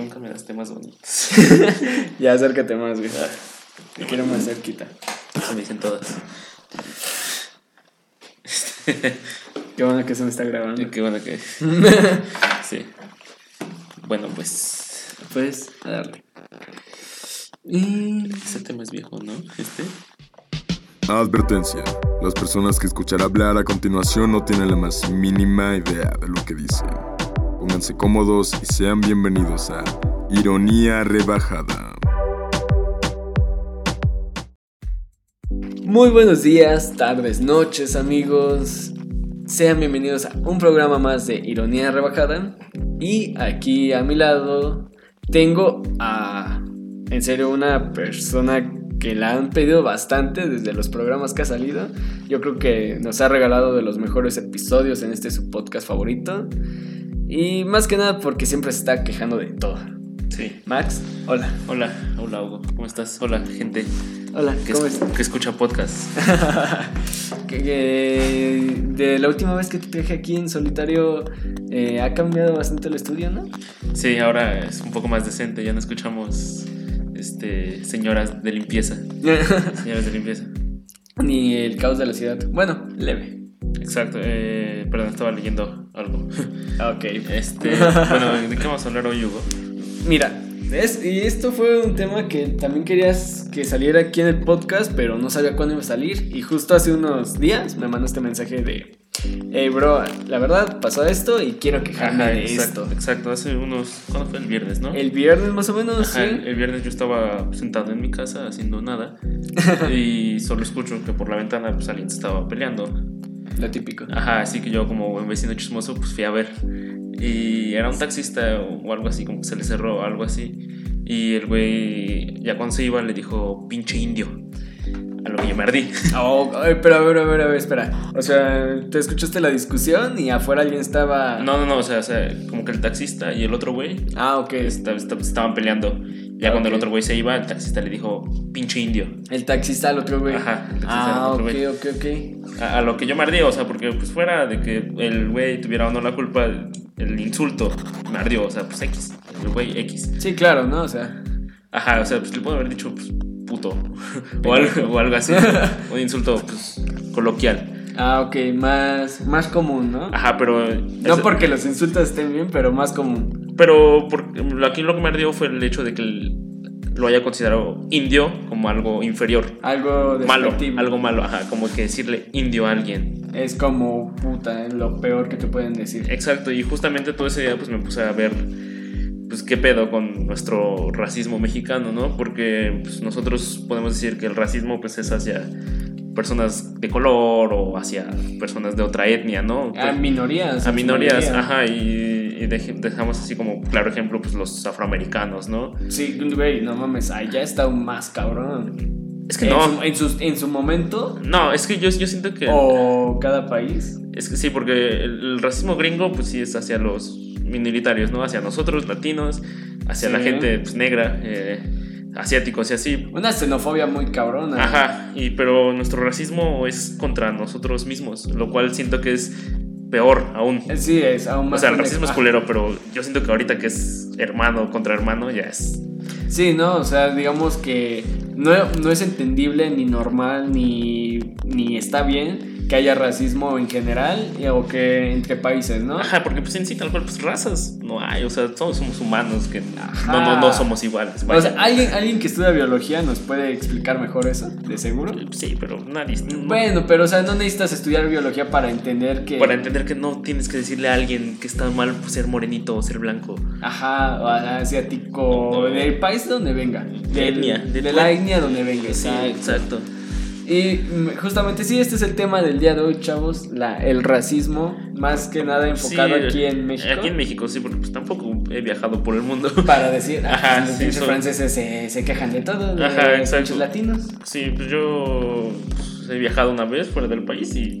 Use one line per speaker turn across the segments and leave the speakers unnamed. los temas bonitos. Ah,
Ya acércate más, güey. Te quiero más cerquita.
Se me dicen todas.
Qué bueno que se me está grabando.
Qué bueno que. Sí. Bueno, pues.
Pues, a darle. Y-
Ese tema es viejo, ¿no? Este.
Ah, Advertencia. Las personas que escuchar hablar a continuación no tienen la más mínima idea de lo que dicen. Pónganse cómodos y sean bienvenidos a Ironía Rebajada.
Muy buenos días, tardes, noches, amigos. Sean bienvenidos a un programa más de Ironía Rebajada. Y aquí a mi lado tengo a, en serio, una persona que la han pedido bastante desde los programas que ha salido. Yo creo que nos ha regalado de los mejores episodios en este su podcast favorito. Y más que nada porque siempre se está quejando de todo.
Sí.
Max, hola.
Hola, hola Hugo. ¿Cómo estás? Hola, gente.
Hola,
Que,
¿cómo
es-
estás?
que escucha podcast.
Que- que de la última vez que te traje aquí en solitario eh, ha cambiado bastante el estudio, ¿no?
Sí, ahora es un poco más decente. Ya no escuchamos. Este. Señoras de limpieza. Señoras de limpieza.
Ni el caos de la ciudad. Bueno, leve.
Exacto. Eh, perdón, estaba leyendo algo.
Ah, Ok.
Este. Bueno, ¿de qué vamos a hablar hoy, Hugo?
Mira, es, y esto fue un tema que también querías que saliera aquí en el podcast, pero no sabía cuándo iba a salir. Y justo hace unos días me mandaste mensaje de, hey bro, la verdad pasó esto y quiero quejarme
Ajá,
de
exacto,
esto.
exacto. Hace unos. ¿Cuándo fue? El viernes, ¿no?
El viernes más o menos,
Ajá,
sí.
el el viernes yo estaba sentado en mi casa haciendo nada y solo escucho que por la ventana pues, alguien se estaba peleando.
Lo típico.
Ajá, así que yo como buen vecino chismoso pues fui a ver. Y era un taxista o algo así, como que se le cerró o algo así. Y el güey ya cuando se iba le dijo pinche indio. A lo que yo me ardí.
Oh, ay, pero a ver, a ver, a ver, espera. O sea, te escuchaste la discusión y afuera alguien estaba.
No, no, no, o sea, o sea, como que el taxista y el otro güey
Ah, ok.
esta- esta- estaban peleando. Ya
Ah,
cuando el
ok.
otro güey se iba, el taxista le dijo pinche indio.
El taxista al otro güey.
Ajá, el taxista al
Ah,
otro
ok,
güey.
ok, ok.
a, a lo que yo me ardí, o sea, porque pues fuera de que el güey tuviera o no la culpa, el insulto me ardió, o sea, pues X, el güey X.
Sí, claro, ¿no? O sea.
Ajá, o sea, pues le puedo haber dicho, pues, puto, o algo, o algo así, un insulto, pues, coloquial.
Ah, ok, más, más común, ¿no?
Ajá, pero...
No
ese-
porque los insultos estén bien, pero más común.
Pero por- lo- aquí lo que me ardió fue el hecho de que el- lo haya considerado indio como algo inferior.
Algo de
Malo, algo malo, ajá, como que decirle indio a alguien.
Es como puta, eh, lo peor que te pueden decir.
Exacto, y justamente todo ese día pues me puse a ver pues qué pedo con nuestro racismo mexicano, ¿no? Porque pues, nosotros podemos decir que el racismo pues es hacia personas de color o hacia personas de otra etnia, ¿no? Pues,
A minorías.
a
en su
minorías,
mayoría.
ajá, y, y dej- dejamos así como claro ejemplo pues los afroamericanos, ¿no?
Sí, güey, no mames, allá está un más cabrón.
Es que
en
no,
Su, en, sus- en su momento,
no, es que yo, yo siento que...
pues, o cada país.
Es que sí, porque el, el racismo gringo, pues sí, es hacia los minoritarios, ¿no? Hacia nosotros, latinos, hacia
Sí.
la gente pues, negra, eh, asiáticos y así.
Una xenofobia muy cabrona.
Ajá, y, pero nuestro racismo es contra nosotros mismos, lo cual siento que es peor aún.
Eh, Sí, es aún
O
más. ah.
sea, el
conecta-
racismo es culero, pero yo siento que ahorita que es hermano contra hermano, ya es...
Sí, no, o sea, digamos que no, no es entendible ni normal ni, ni está bien que haya racismo en general y- o que entre países, ¿no?
Ajá, porque pues en sí tal cual, pues razas no hay, o sea, todos somos humanos que no,
Ajá.
no, no somos iguales.
O
vaya.
sea, ¿alguien, alguien que estudia biología nos puede explicar mejor eso, de seguro.
sí, pero nadie...
Pues,
no-
Bueno, pero o sea, no necesitas estudiar biología para entender que.
Para entender que no tienes que decirle a alguien que está mal por ser morenito o ser blanco.
Ajá, o asiático.
No, no.
Del país donde venga.
De
Del,
etnia, de
de,
tu-
la etnia donde venga. exacto.
exacto.
Y mm, justamente sí, este es el tema del día de hoy, chavos, la, el racismo, más que nada enfocado
Sí,
aquí en México.
Aquí en México, sí, porque pues tampoco he viajado por el mundo.
Para decir, ah,
Ajá,
pues, los
sí,
pinches
son-
franceses se, se quejan de todo, de
Ajá,
los
exacto.
pinches latinos.
Sí, pues yo pues, he viajado una vez fuera del país y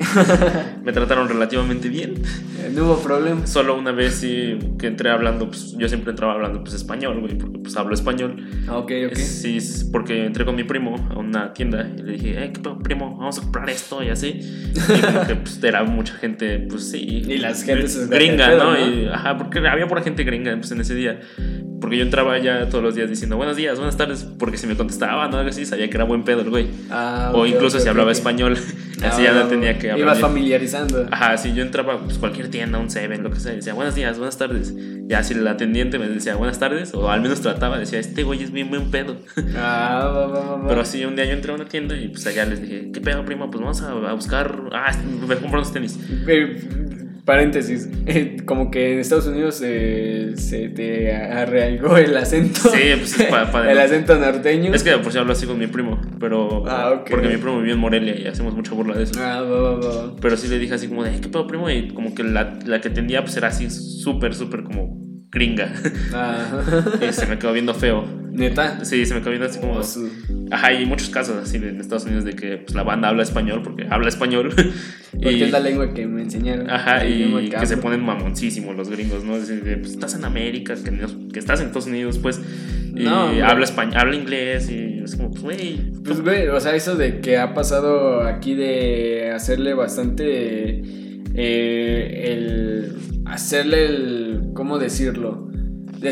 me trataron relativamente bien.
Eh, No hubo problema.
Solo una vez sí que entré hablando, pues yo siempre entraba hablando pues español, güey, porque pues hablo español.
Ok, ok.
Sí, es porque entré con mi primo a una tienda y le dije, eh, ¿qué pedo, primo? Vamos a comprar esto y así. Y como que pues, era mucha gente, pues sí.
Y las gentes
gringa,
de pedo,
¿no?
¿no?
Y, ajá, porque había pura gente gringa pues, en ese día. Porque yo entraba ya todos los días diciendo buenos días, buenas tardes, porque si me contestaba, ¿no? Algo así, sabía que era buen pedo el güey.
Ah,
o
ok,
incluso
ok,
si
ok,
hablaba
ok.
español,
Ah,
así ya
bueno,
no tenía que hablar. Ah.
Ibas
bien.
familiarizando.
Ajá, si yo entraba a pues, cualquier tienda, un Seven, lo que sea, y decía buenos días, buenas tardes. Ya si el atendiente me decía buenas tardes, o al menos trataba, decía este güey es bien buen pedo.
Ah, va, va, va, va.
Pero sí, un día yo entré a una tienda y pues allá les dije, ¿qué pedo, primo? Pues vamos a, a buscar. Ah, me compré unos tenis.
Eh, paréntesis. eh, como que en Estados Unidos eh, se te arraigó el acento.
Sí, pues, es pa- pa-
El acento norteño.
Es que por si hablo así con mi primo, pero.
Ah, ok.
Porque mi primo vive en Morelia y hacemos mucha burla de eso.
Ah, va, va, va.
Pero sí le dije así como de, ¿qué pedo, primo? Y como que la, la que tendía pues era así súper, súper como gringa.
Ah,
y se me quedó viendo feo.
Neta.
Sí, se me quedó viendo así como.
Oh, su-
Ajá, y hay muchos casos así de- en Estados Unidos de que pues, la banda habla español porque habla español.
Porque
y,
es la lengua que me enseñaron.
Ajá,
la
y
lengua
que
hablo.
se ponen mamoncísimos los gringos, ¿no? Decir, de, pues, estás en América, que, no- que estás en Estados Unidos, pues. Y
No, hombre.
habla español, habla inglés, y es como, pues, güey.
Pues, güey, o sea, eso de que ha pasado aquí de hacerle bastante. eh, el. Hacerle el. ¿Cómo decirlo?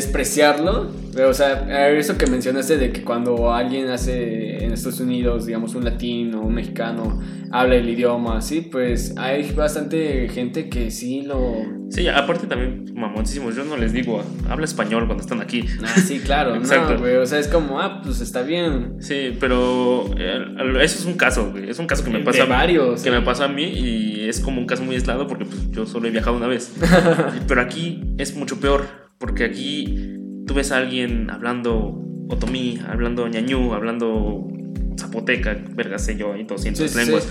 Despreciarlo. O sea, eso que mencionaste de que cuando alguien hace en Estados Unidos, digamos, un latino, un mexicano, habla el idioma así, pues hay bastante gente que sí lo.
Sí, aparte también mamoncísimos, yo no les digo, habla español cuando están aquí.
Ah, sí, claro,
Exacto.
no, güey. O sea, es como, ah, pues está bien.
Sí, pero eh, eso es un caso, güey, Es un caso que me
De
pasa
varios.
Que me pasa a mí y es como un caso muy aislado porque pues, yo solo he viajado una vez. pero aquí es mucho peor porque aquí tú ves a alguien hablando otomí, hablando ñañú, hablando zapoteca, verga sé yo, hay
Sí,
200
sí,
lenguas.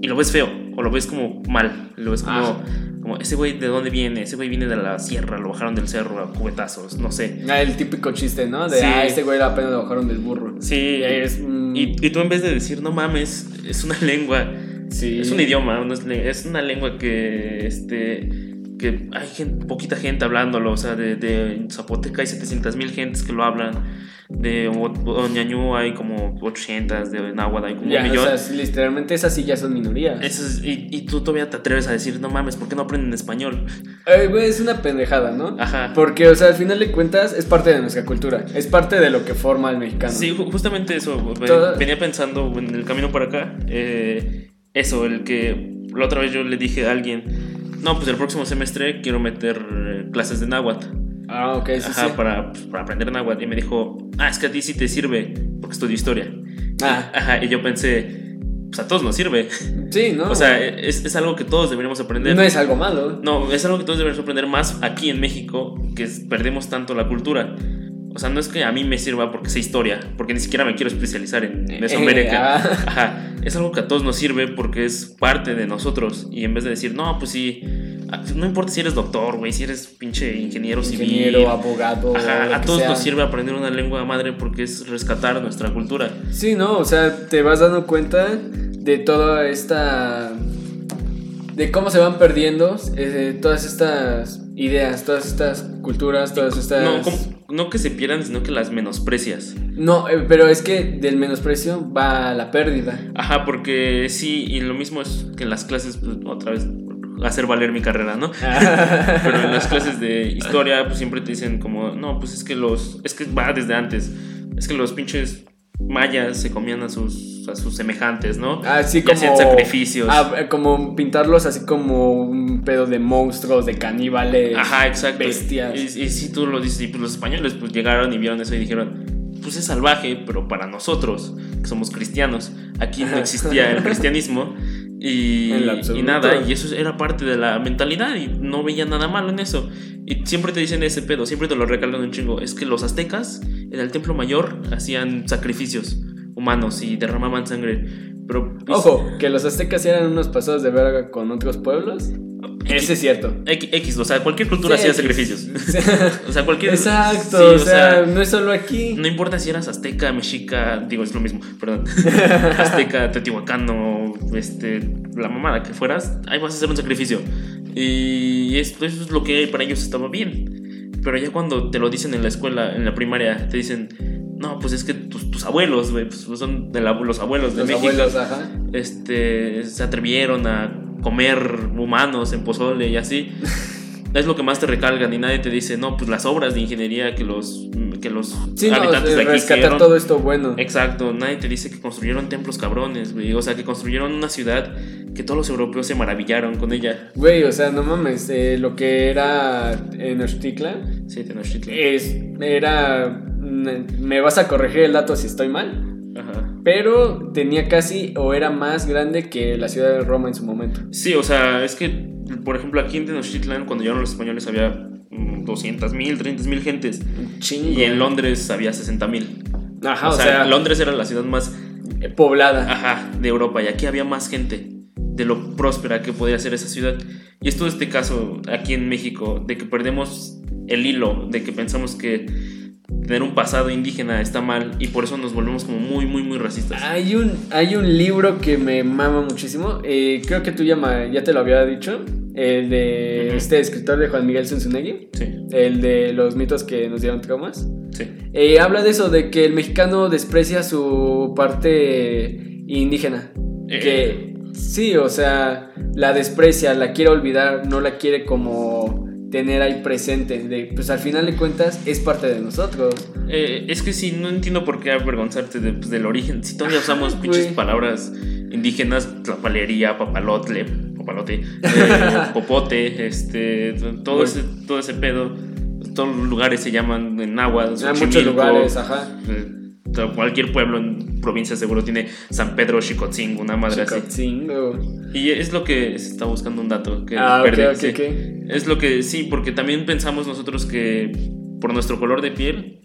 Y lo ves feo o lo ves como mal, lo ves como...
Ah.
Como, ese güey de dónde viene, ese güey viene de la sierra, lo bajaron del cerro a cubetazos, no sé.
Ah, el típico chiste, ¿no? De,
Sí.
ah, este güey apenas lo bajaron del burro.
Sí,
Es,
es,
mm.
y, y tú en vez de decir, no mames, es una lengua,
Sí.
es un idioma, no es, le- es una lengua que, este, que hay gen- poquita gente hablándolo, o sea, de, de en Zapoteca hay 700 mil gentes que lo hablan, de O- O- Oñañú hay como 800, de Náhuatl hay como
Ya,
un
o
millón.
sea, si- literalmente esas sí ya son minorías. Es,
Eso es- y, y tú todavía te atreves a decir, no mames, ¿por qué no aprenden español?
güey, es una pendejada, ¿no?
Ajá.
Porque, o sea, al final de cuentas es parte de nuestra cultura, es parte de lo que forma el mexicano.
Sí, ju- justamente eso. ve-
Toda-
Venía pensando en el camino para acá. eh, eso, el que la otra vez yo le dije a alguien, no, pues el próximo semestre quiero meter eh, clases de náhuatl.
Ah, ok, sí,
Ajá,
sí.
Para, pues, para aprender náhuatl. Y me dijo, ah, es que a ti sí te sirve porque estudio historia.
Ah,
Ajá, y yo pensé, pues a todos nos sirve.
sí, ¿no?
O sea, e, es, es algo que todos deberíamos aprender.
no es algo malo.
No, es algo que todos deberíamos aprender más aquí en México, que es- perdemos tanto la cultura. O sea, no es que a mí me sirva porque sé historia, porque ni siquiera me quiero especializar en Mesoamérica.
Eh, ah.
Ajá, es algo que a todos nos sirve porque es parte de nosotros. Y en vez de decir, no, pues sí, ah, no importa si eres doctor, güey, si eres pinche ingeniero,
Ingeniero,
civil.
abogado.
Ajá,
lo
a
que
todos
sea.
nos sirve aprender una lengua madre porque es rescatar nuestra cultura.
Sí, ¿no? O sea, te vas dando cuenta de toda esta... De cómo se van perdiendo eh, todas estas ideas, todas estas culturas, todas estas...
No, como- no que se pierdan, sino que las menosprecias.
No, eh, pero es que del menosprecio va a la pérdida.
Ajá, porque sí, y lo mismo es que en las clases, pues, otra vez, hacer valer mi carrera, ¿no? Pero en las clases de historia, pues siempre te dicen como, no, pues es que los, es que va desde antes, es que los pinches mayas se comían a sus, a sus semejantes, ¿no?
Así
Y
Ah, como.
hacían sacrificios.
Ah, eh, como pintarlos así como un pedo de monstruos, de caníbales.
Ajá, exacto.
Bestias.
Y, y sí, tú lo dices, y pues los españoles pues llegaron y vieron eso y dijeron, pues es salvaje, pero para nosotros, que somos cristianos, aquí no existía el cristianismo y,
En lo
y
absoluto.
nada, y eso era parte de la mentalidad y no veía nada malo en eso. Y siempre te dicen ese pedo, siempre te lo recalcan un chingo, es que los aztecas en el templo mayor hacían sacrificios humanos y derramaban sangre, pero... pues,
Ojo, que los aztecas eran unos pasados de verga con otros pueblos. Ese es cierto.
X, X, o sea, cualquier cultura hacía
Sí,
sacrificios. O sea, cualquier...
Exacto,
sí,
o, sea, no es solo aquí.
No importa si eras azteca, mexica, digo, es lo mismo, perdón. azteca, teotihuacano, este, la mamada que fueras, ahí vas a hacer un sacrificio. Y esto, eso es lo que para ellos estaba bien. Pero ya cuando te lo dicen en la escuela, en la primaria, te dicen, no, pues es que tus, tus abuelos, güey, pues son de la- los abuelos de
los
México,
abuelos, ajá.
este, se atrevieron a comer humanos en pozole y así. es lo que más te recalgan y nadie te dice, no, pues las obras de ingeniería que los, que los
Sí, no,
habitantes
eh,
de aquí
rescatar
hicieron.
todo esto bueno.
Exacto, nadie te dice que construyeron templos cabrones, güey. O sea, que construyeron una ciudad que todos los europeos se maravillaron con ella.
Güey, o sea, no mames, eh, lo que era en Ochtitlan
Sí, Tenochtitlan.
es, era, mm, me vas a corregir el dato si estoy mal,
Ajá.
pero tenía casi o era más grande que la ciudad de Roma en su momento.
Sí, o sea, es que, por ejemplo, aquí en Tenochtitlan, cuando llegaron los españoles, había mm, 200.000, 30.000 gentes.
Un Chingo.
Y en Londres había 60.000.
Ajá, eh,
o, sea, Londres Ah. era la ciudad más
poblada.
ajá, de Europa y aquí había más gente de lo próspera que podía ser esa ciudad. Y es todo este caso aquí en México de que perdemos el hilo, de que pensamos que tener un pasado indígena está mal y por eso nos volvemos como muy, muy, muy racistas.
Hay un, hay un libro que me mama muchísimo, eh, creo que tú ya, ma- ya te lo había dicho, el de
Ujú.
este escritor de Juan Miguel Zunzunegui,
Sí,
el de los mitos que nos dieron traumas.
sí.
Eh, habla de eso, de que el mexicano desprecia su parte indígena.
Eh,
Que sí, o sea, la desprecia, la quiere olvidar, no la quiere como tener ahí presente. De, pues al final de cuentas es parte de nosotros.
Eh, es que sí, no entiendo por qué avergonzarte de, pues, del origen. Si todavía usamos pinches
güey.
palabras indígenas, tlapalería, papalotle, papalote, eh, popote, este, todo
Güey.
ese, todo ese pedo. Todos los lugares se llaman en náhuatl,
Hay
Xochimilco,
muchos lugares, ajá.
eh, to- cualquier pueblo en provincia seguro tiene San Pedro, Chicotzing, una madre así.
Chicotzingo.
Y es lo que se está buscando un dato que
Ah, ok,
perdí,
ok,
sí. Mm.
ok.
Es lo que sí, porque también pensamos nosotros que por nuestro color de piel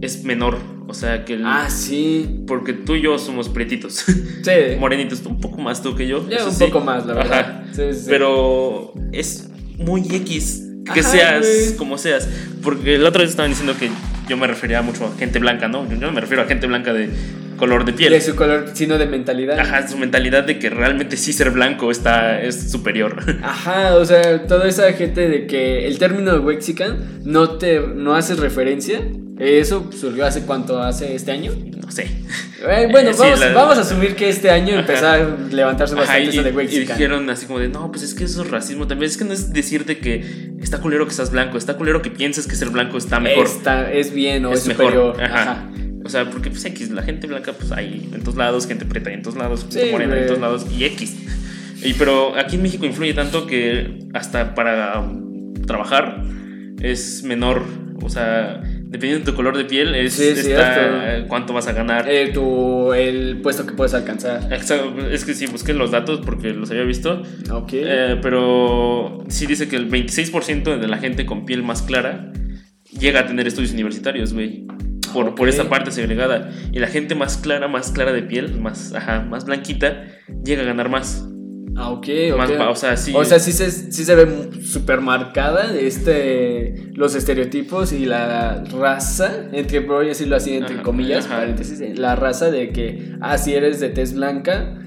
es menor. O sea, que el-
Ah, sí.
porque tú y yo somos pretitos,
Sí.
morenitos, un poco más tú que yo.
Ya
eso
un
sí.
poco más, la
Ajá.
verdad. Sí, sí, sí.
Pero es muy X que
Ajá,
seas
güey.
como seas. Porque la otra vez estaban diciendo que yo me refería mucho a gente blanca, ¿no? Yo, yo no me refiero a gente blanca de color de piel.
De su color, sino de mentalidad.
Ajá, su mentalidad de que realmente sí ser blanco está, es superior.
Ajá, o sea, toda esa gente de que el término de Wexican no te no hace referencia. Eso surgió hace cuánto, hace este año.
No sé.
Eh, bueno,
Eh, sí,
vamos,
la-
vamos a asumir que este año empezó a levantarse
Ajá,
bastante
y,
eso de
y
Wexican.
dijeron así como de, no, pues es que eso es racismo también. Es que no es decirte que está culero que seas blanco, está culero que pienses que ser blanco está mejor.
Está, es bien o es,
es mejor.
superior.
Ajá.
Ajá.
O sea, porque pues X, la gente blanca pues hay en todos lados, gente preta en todos lados, gente
Sí,
morena
güey.
en todos lados y X. Y pero aquí en México influye tanto que hasta para trabajar es menor, o sea, dependiendo de tu color de piel es
Sí, es
está-
cierto.
cuánto vas a ganar.
Eh, tu- el puesto que puedes alcanzar.
Exacto, Es que sí, busqué los datos porque los había visto.
Ok.
Eh, pero sí dice que el 26% de la gente con piel más clara llega a tener estudios universitarios, güey. Por, por
Ok.
esta parte segregada. Y la gente más clara, más clara de piel, más, ajá, más blanquita, lega a ganar más.
ah, ok,
más
ok.
pa- o sea, sí.
O sea, sí se, sí se ve súper marcada de este, los estereotipos y la raza, entre, por decirlo así, entre
Ajá,
comillas,
ajá.
paréntesis, eh, la raza de que, ah, si eres de tez blanca,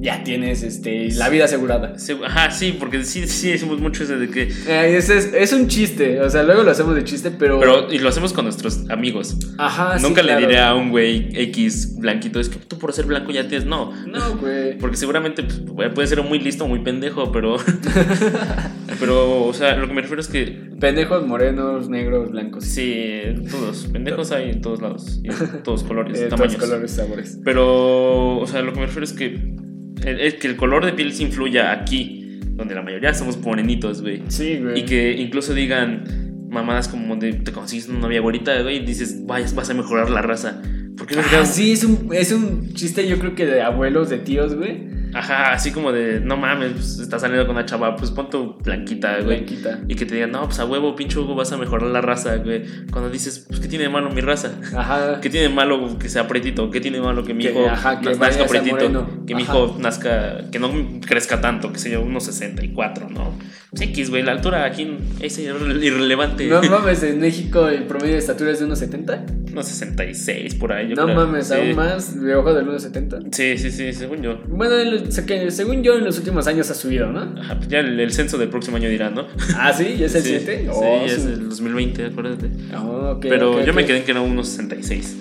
ya tienes este, la vida asegurada.
se- ajá, sí, porque sí, sí decimos mucho eso de que.
Eh, ese es, es un chiste, o sea, luego lo hacemos de chiste, pero...
Pero, y lo hacemos con nuestros amigos.
ajá, Ah, sí,
Nunca le
claro.
diré a un güey X blanquito, es que tú por ser blanco ya tienes. No,
No, güey.
Porque seguramente pues, puede- puede ser muy listo, muy pendejo, pero. pero, o sea, lo que me refiero es que
Pendejos morenos, negros, blancos. eh,
sí, todos. Pendejos hay en todos lados, y en todos colores,
eh, todos
tamaños.
colores, sabores.
Pero, o sea, lo que me refiero es que. el- es que el color de piel se influya aquí, donde la mayoría somos morenitos, güey.
Sí, güey.
Y que incluso digan mamadas como de te consigues una novia güerita, güey, y dices, vayas, vas a mejorar la raza. ¿Por qué no se
Ah,
quedan-
sí, es un, es un chiste yo creo que de abuelos, de tíos, güey.
Ajá, así como de, no mames, pues, estás saliendo con una chava, pues pon tu blanquita, güey.
Blanquita.
Y que te digan, no, pues a huevo, pinche Hugo, vas a mejorar la raza, güey. Cuando dices, pues, ¿qué tiene de malo mi raza?
Ajá.
¿Qué tiene de malo que sea pretito? ¿Qué tiene de malo que mi
Que,
hijo
ajá, que
naz-
vaya,
nazca
sea
pretito?
moreno.
Que mi
Ajá.
hijo nazca, que no crezca tanto, que sé yo, unos 64, ¿no? Pues X, güey, la altura aquí es irre- irrelevante.
No mames, en México el promedio de estatura es de 1,70.
unos 66 por ahí. yo
No
creo.
mames,
Sí.
aún más debajo del 1,70.
Sí, sí, sí, según yo.
Bueno, en lo- se- que según yo, en los últimos años ha subido, ¿no?
Ajá, pues ya el, el censo del próximo año dirá, ¿no?
Ah, sí, ya es el
Sí,
7.
Sí,
Oh,
es
su-
el 2020, acuérdate.
Oh, ok,
Pero
ok,
yo me
ok.
quedé en que era unos 66.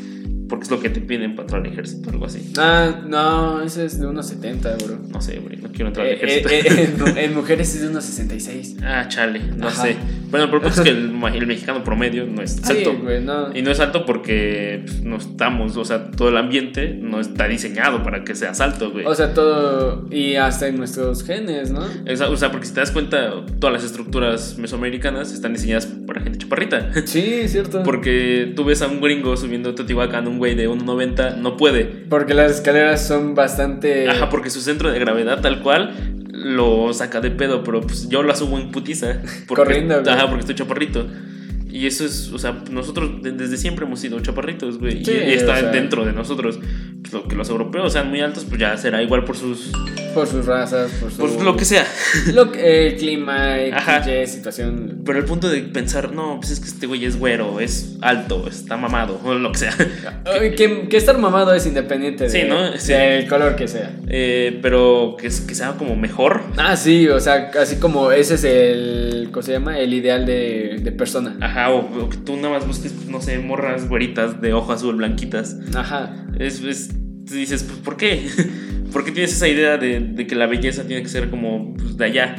porque es lo que te piden para entrar al ejército, algo así.
Ah, no, ese es de unos 70, bro.
No sé, güey, no quiero entrar al
Eh, eh,
ejército.
eh, en, mu- en mujeres es de unos 66.
Ah, chale, no
Ajá.
sé. Bueno, el propósito es que el, ma- el mexicano promedio no es
Sí,
alto.
güey, no.
y no es alto porque pues, no estamos, o sea, todo el ambiente no está diseñado para que sea alto, güey.
O sea, todo. Y hasta en nuestros genes, ¿no?
Esa- o sea, porque si te das cuenta, todas las estructuras mesoamericanas están diseñadas para gente chaparrita.
Sí, cierto.
Porque tú ves a un gringo subiendo a Teotihuacán, un güey de 1.90, no puede.
Porque las escaleras son bastante.
Ajá, porque su centro de gravedad tal cual lo saca de pedo, pero pues yo la subo en putiza. Porque,
Corriendo, güey.
Ajá, porque estoy chaparrito. Y eso es, o sea, nosotros de- desde siempre hemos sido chaparritos, güey.
Sí,
y, y está
o sea.
dentro de nosotros. Pues, lo que los europeos sean muy altos, pues ya será igual por sus...
Por sus razas, por su.
Por lo que sea.
Lo que- el clima, el
Ajá.
cliché, situación.
Pero el punto de pensar, no, pues es que este güey es güero, es alto, está mamado, o lo que sea.
Ay, Que, que estar mamado es independiente de-
Sí, ¿no? Sí.
del color que sea.
Eh, pero que, es- que sea como mejor.
Ah, sí, o sea, así como ese es el. ¿Cómo se llama? El ideal de, de persona.
Ajá, o, o que tú nada más busques, no sé, morras güeritas de ojo azul blanquitas.
Ajá.
Es, es- tú dices, pues, ¿por qué? ¿Por qué tienes esa idea de, de que la belleza tiene que ser como pues, de allá?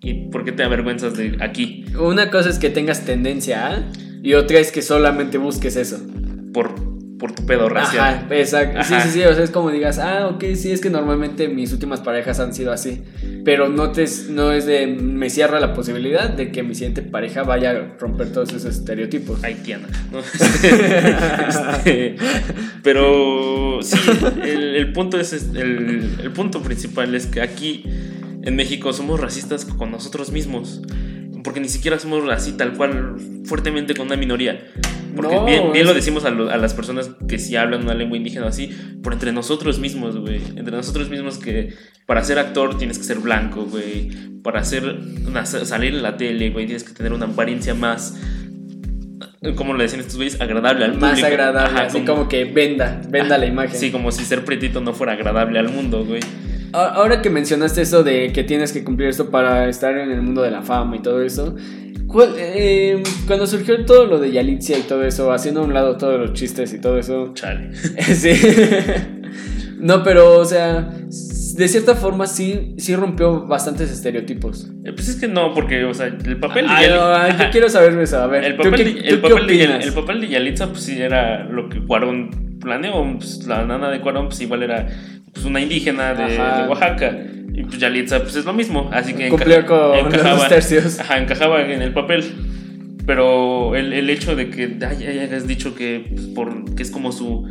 ¿Y por qué te avergüenzas de aquí?
Una cosa es que tengas tendencia a. Y otra es que solamente busques eso.
Por, por tu pedo racial.
Ajá, exacto.
Ajá.
Sí, sí, sí. O sea, es como digas, ah, ok, sí, es que normalmente mis últimas parejas han sido así. Pero no, te, no es de. Me cierra la posibilidad de que mi siguiente pareja vaya a romper todos esos estereotipos.
Haitiana. pues, ¿no? Este, pero sí, el, el punto es, es- el, el punto principal es que aquí en México somos racistas con nosotros mismos. Porque ni siquiera somos así tal cual fuertemente con una minoría. Porque
No,
bien, bien
es-
lo decimos a, lo- a las personas que sí hablan una lengua indígena o así, por entre nosotros mismos, güey. Entre nosotros mismos que para ser actor tienes que ser blanco, güey. Para ser, na- sa- salir en la tele, güey, tienes que tener una apariencia más, como le decían estos güeyes, agradable al
Más
público.
agradable,
Ajá,
así como, que venda, venda la imagen.
Sí, como si ser pretito no fuera agradable al mundo, güey.
A- Ahora que mencionaste eso de que tienes que cumplir esto para estar en el mundo de la fama y todo eso, ¿cuál- eh, cuando surgió todo lo de Yalitza y todo eso, haciendo a un lado todos los chistes y todo eso,
Chale.
sí. No, pero, o sea, de cierta forma sí, sí rompió bastantes estereotipos.
Eh, Pues es que no, porque, o sea, el papel de
Ah,
Yali-
no, ah, yo
Ajá.
quiero saber eso, a ver.
El
¿tú
papel,
qué-
de,
tú
el,
qué
papel de Yal-
opinas?
el papel de Yalitza, pues sí, era lo que Cuarón planeó. Pues, la nana de Cuarón, pues igual era pues, una indígena de,
Ajá.
de Oaxaca. Y pues Yalitza, pues es lo mismo. Así que
Cumplió
encaja-
con los tercios.
Pues, Ajá, encajaba en el papel. Pero el, el hecho de que ay, ay, hayas dicho que, pues, por, que es como su,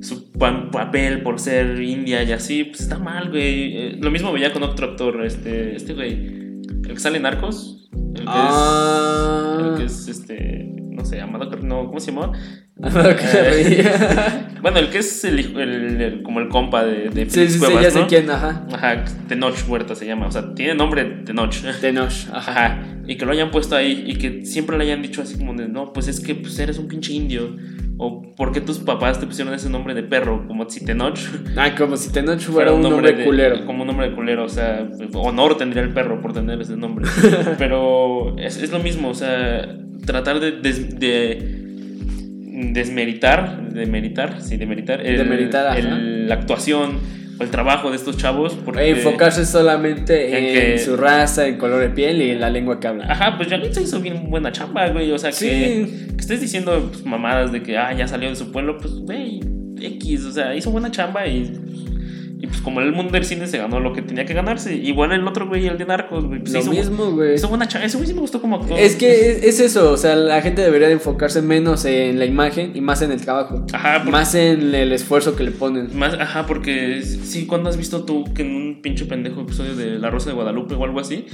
su pa- papel por ser india y así, pues está mal, güey. Eh, Lo mismo veía con otro actor, este, este güey. El que sale en Narcos. El que
Ah.
es. El que es este. No sé, Amado Car- no, ¿cómo se llamaba? Eh,
Que se reía.
Bueno, el que es el, hijo- el- el- como el compa de, de
Sí,
Félix
sí, sí,
Cuevas,
ya sé
¿no?
quién, ajá.
Ajá, Tenoch Huerta se llama. O sea, tiene nombre Tenoch.
Tenoch, ajá.
Ajá, y que lo hayan puesto ahí y que siempre le hayan dicho así como de, no, pues es que pues eres un pinche indio. O ¿por qué tus papás te pusieron ese nombre de perro? Como Tzitenoch.
Ah, como si Tenoch fuera un nombre,
de-
culero. Eh,
Como un nombre de culero, o sea, honor tendría el perro por tener ese nombre. Pero es, es lo mismo, o sea, tratar de, des- de desmeritar, demeritar, sí, demeritar, el-
Demeritar, ajá.
el- la actuación o el trabajo de estos chavos. Porque,
Enfocarse solamente en,
en que-
su raza, en color de piel y en la lengua que habla.
Ajá, pues Yalitza hizo bien buena chamba, güey. O sea, que,
Sí.
que estés diciendo pues, mamadas de que, ah, ya salió de su pueblo, pues, güey, X, o sea, hizo buena chamba y, y pues como el mundo del cine se ganó lo que tenía que ganarse. Igual el otro, güey, el de Narcos, güey, pues
Lo
hizo,
mismo, güey.
hizo buena chamba. Ese güey sí me gustó como actor.
Es que es, es eso, o sea, la gente debería de enfocarse menos en la imagen y más en el trabajo.
Ajá, porque-
Más en el esfuerzo que le ponen.
Más, ajá, porque sí, cuando has visto tú que en un pinche pendejo episodio de La Rosa de Guadalupe o algo así,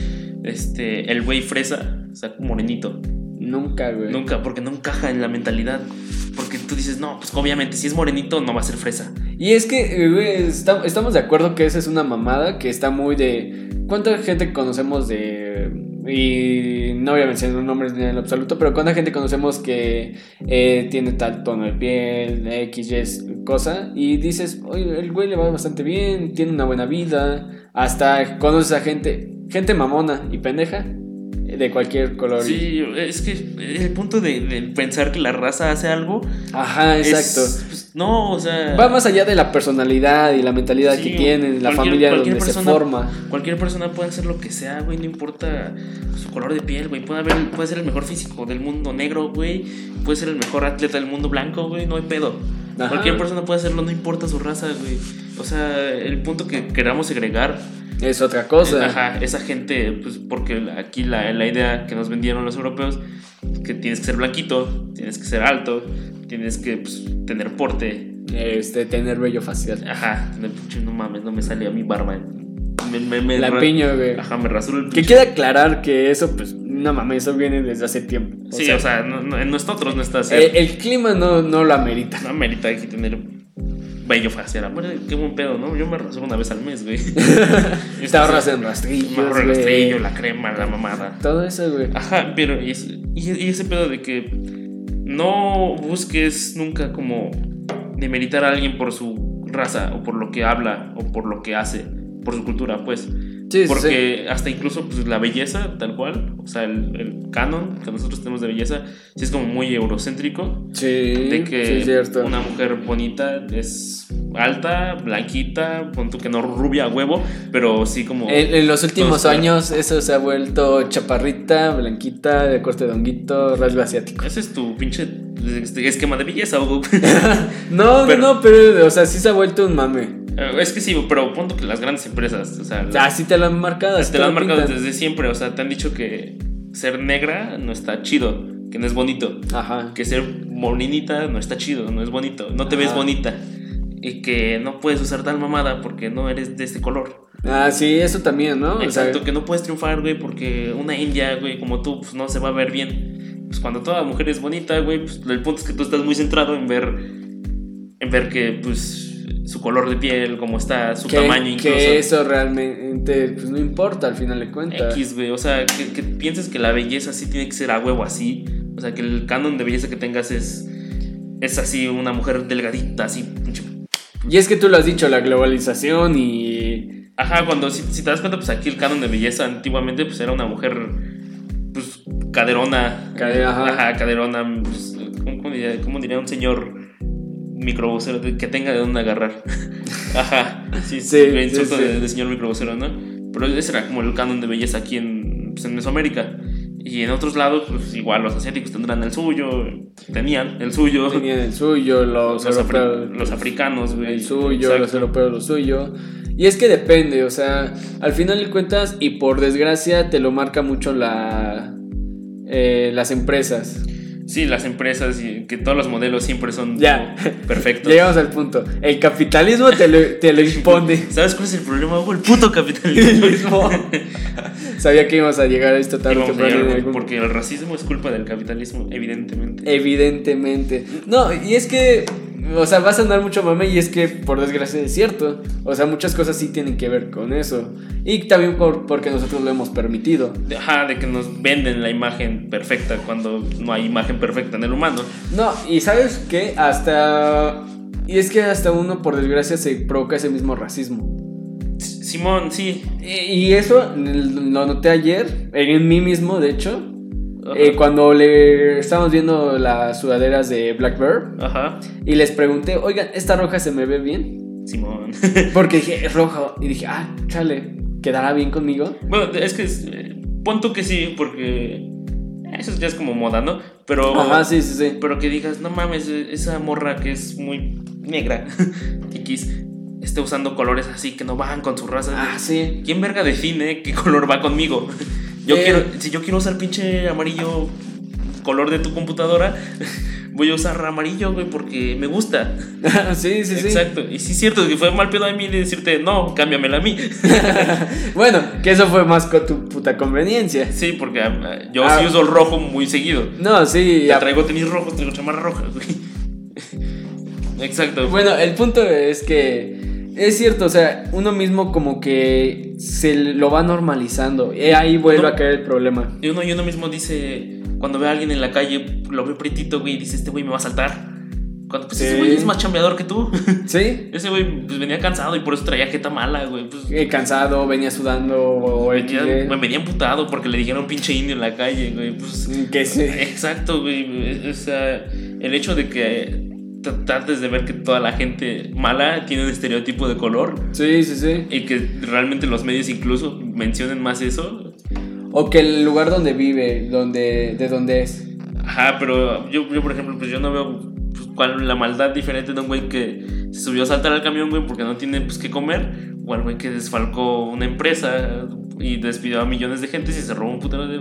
este, el güey fresa, o sea, morenito.
Nunca, güey.
Nunca, porque no encaja en la mentalidad. Porque tú dices, no, pues obviamente si es morenito no va a ser fresa.
Y es que, eh, güey, está- estamos de acuerdo que esa es una mamada que está muy de. ¿Cuánta gente conocemos de.? Y no voy a mencionar nombres ni en el absoluto, pero ¿cuánta gente conocemos que eh, tiene tal tono de piel, X, Y, es- cosa? Y dices, oye, el güey le va bastante bien, tiene una buena vida, hasta conoces a gente, gente mamona y pendeja, eh, de cualquier color.
Sí, es que el punto de, de pensar que la raza hace algo.
Ajá,
es,
exacto.
pues, no, o sea.
Va más allá de la personalidad y la mentalidad
Sí,
que tienen, la
cualquier-
familia
cualquier
donde
persona-
se forma.
Cualquier persona puede hacer lo que sea, güey, no importa su color de piel, güey. Puede, haber, puede ser el mejor físico del mundo negro, güey. Puede ser el mejor atleta del mundo blanco, güey. No hay pedo.
Ajá.
Cualquier persona puede hacerlo, no importa su raza, güey. O sea, el punto que queramos segregar
Es otra cosa.
Ajá, esa gente, pues porque aquí la, la idea que nos vendieron los europeos es que tienes que ser blanquito, tienes que ser alto, tienes que pues, tener porte.
Este, tener vello facial.
Ajá, tener pinche, no mames, no me salió mi barba. Me, me- me-
La
ra-
piña, güey.
Ajá, me rasuro el
Que
pinche.
quiera aclarar que eso, pues, no mames, eso viene desde hace tiempo. O
Sí,
sea, eh,
o sea, no- no, en nosotros no está así.
el, el clima no, no lo amerita.
No merita aquí tener bello facial. Hombre, qué buen pedo, ¿no? Yo me rasuro una vez al mes, güey.
Te ahorras en rastrillos,
Me ahorro el
güey.
rastrillo, la Ah, crema, la mamada.
Todo eso, güey.
Ajá, pero y, es- y- y ese pedo de que no busques nunca como demeritar a alguien por su raza o por lo que habla o por lo que hace, por su cultura, pues.
Sí, sí, sí.
Porque hasta incluso pues, la belleza, tal cual, o sea, el, el canon que nosotros tenemos de belleza, sí es como muy eurocéntrico,
Sí,
de que
sí, es cierto.
una mujer bonita es alta, blanquita, pon tú que no rubia a huevo, pero sí como...
En, en los últimos
Tosca.
años eso se ha vuelto chaparrita, blanquita, de corte de honguito, rasgo asiático.
Ese es tu pinche este, esquema de belleza, Hugo.
No,
Pero-
no, no, pero o sea, sí se ha vuelto un mame.
Eh, Es que sí, pero punto que las grandes empresas, o sea,
O sea, así te lo han marcado.
las-
así
te lo han
pintan.
marcado desde siempre, o sea, te han dicho que ser negra no está chido, que no es bonito,
Ajá.
que ser molinita no está chido, no es bonito, no te ves
Ajá.
bonita y que no puedes usar tal mamada porque no eres de este color.
Ah, sí, eso también, ¿no? O sea,
Exacto, que no puedes triunfar, güey, porque una india, güey, como tú, pues no se va a ver bien. Pues cuando toda mujer es bonita, güey, pues el punto es que tú estás muy centrado en ver, en ver que, pues, su color de piel, cómo está, su
que,
tamaño
que
incluso.
eso realmente pues, no importa al final de cuentas.
X, güey, o sea, que, que pienses que la belleza sí tiene que ser a huevo así. O sea, que el canon de belleza que tengas es, es así, una mujer delgadita, así, pinche
Y es que tú lo has dicho, la globalización y...
Ajá, cuando si, si te das cuenta, pues aquí el canon de belleza antiguamente pues era una mujer pues caderona.
Cade- ajá.
caderona. pues, ¿cómo, cómo diría, cómo diría un señor microbusero que tenga de dónde agarrar? ajá, sí,
Sí,
sí, el
sí,
insulto
sí.
De, de señor microbusero, ¿no? Pero ese era como el canon de belleza aquí en, pues, en Mesoamérica. Y en otros lados, pues igual los asiáticos tendrán el suyo, tenían el suyo.
Tenían el suyo, los,
Los, afri-
europeos-
los africanos, güey.
el suyo,
Exacto.
los europeos lo suyo. Y es que depende, o sea, al final de cuentas, y por desgracia, te lo marca mucho la, eh, las empresas.
Sí, las empresas y que todos los modelos siempre son
Ya.
como perfectos.
Llegamos al punto. El capitalismo te lo, te lo impone.
¿Sabes cuál es el problema, güey? El puto
El
capitalismo.
mismo. Sabía que íbamos a llegar a esto
Y
tarde o
vamos a
temprano.
llegar,
en
güey,
algún-
Porque el racismo es culpa del capitalismo, evidentemente.
Evidentemente. No, y es que, o sea, vas a andar mucho mame y es que, por desgracia, es cierto. O sea, muchas cosas sí tienen que ver con eso. Y también por- porque nosotros lo hemos permitido.
Ajá, de que nos venden la imagen perfecta cuando no hay imagen perfecta en el humano.
No, y sabes qué, hasta... Y es que hasta uno, por desgracia, se provoca ese mismo racismo.
S- Simón, sí.
Y y eso mm, lo noté ayer, en mí mismo, de hecho,
Ajá.
eh, cuando le estábamos viendo las sudaderas de Black Bear
Ajá.
y les pregunté, oigan, ¿esta roja se me ve bien?
Simón.
Porque dije, es rojo. Y dije, ah, chale, ¿quedará bien conmigo?
bueno, es que es, eh, pon tú que sí, porque eso ya es como moda, ¿no? Pero
Ajá, sí, sí, sí.
Pero que digas, no mames, e-, esa morra que es muy negra, X, esté usando colores así que no van con su raza.
Ah, sí.
¿Quién verga define qué color va conmigo? Yo
Eh.
quiero, si yo quiero usar pinche amarillo, color de tu computadora, voy a usar amarillo, güey, porque me gusta.
sí, sí, sí.
Exacto. Y sí es cierto que fue mal pedo a mí de decirte, no, cámbiamela a mí.
Bueno, que eso fue más con tu puta conveniencia.
sí, porque ah, yo
Ah.
sí uso el rojo muy seguido.
No, sí.
Ya
a-
traigo tenis rojos, traigo chamarra roja, güey. Exacto.
Bueno, el punto es que es cierto, o sea, uno mismo como que se lo va normalizando. Y ahí vuelve
No.
a caer el problema.
Y uno, y uno mismo dice, cuando ve a alguien en la calle, lo ve pretito, güey, y dice, este güey me va a saltar. Cuando, pues ese güey
Sí.
es más chambeador que tú.
Sí.
ese güey pues, venía cansado y por eso traía jeta mala, güey. Pues,
Eh, cansado, venía sudando o
venía,
XD.
me venía emputado porque le dijeron pinche indio en la calle, güey. Pues,
Mm, que se-
Exacto, güey. O sea, el hecho de que tra- trates de ver que toda la gente mala tiene un estereotipo de color
Sí, sí, sí.
y que realmente los medios incluso mencionen más eso.
O que el lugar donde vive, donde, de donde es.
Ajá, pero yo, yo por ejemplo, pues yo no veo pues, cuál la maldad diferente de un güey que se subió a saltar al camión, güey, porque no tiene pues qué comer, o al güey que desfalcó una empresa y despidió a millones de gente y se robó un putero de,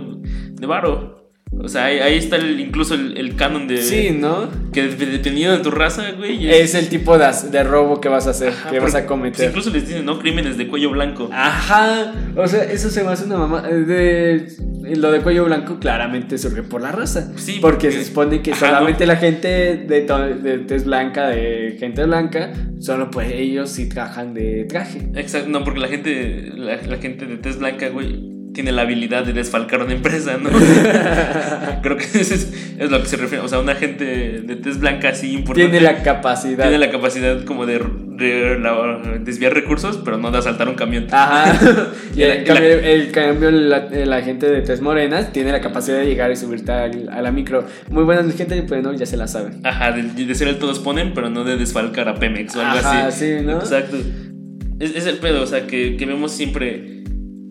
de varo. O sea, ahí, ahí está el- incluso el, el canon de...
Sí, ¿no?
Que de- dependiendo de tu raza, güey.
Es el tipo de, as- de robo que vas a hacer,
ajá,
que vas
porque,
a cometer.
pues, incluso les dicen, ¿no? Crímenes de cuello blanco.
Ajá, o sea, eso se me hace una mamá. eh, De, lo de cuello blanco claramente surge por la raza.
Sí,
porque,
porque-
se supone que
ajá,
solamente la gente de, to- de tez blanca, de gente blanca, solo pues ellos sí trabajan de traje.
Exacto, no, porque la gente, la, la gente de tez blanca, güey, tiene la habilidad de desfalcar una empresa, ¿no? Creo que eso es, es lo que se refiere. O sea, una gente de tez blanca así importante.
Tiene la capacidad.
tiene la capacidad como de, de la- desviar recursos, pero no de asaltar un camión.
Ajá. y
Y la-
en
y
cambio, el cambio, la, la gente de tez morenas tiene la capacidad de llegar y subirte al- a la micro. Muy buena gente, pues no, ya se la saben.
Ajá, de, de ser el todos ponen, pero no de desfalcar a Pemex o algo
Ajá,
así.
sí, ¿no?
Exacto. Es, es el pedo, o sea, que, que vemos siempre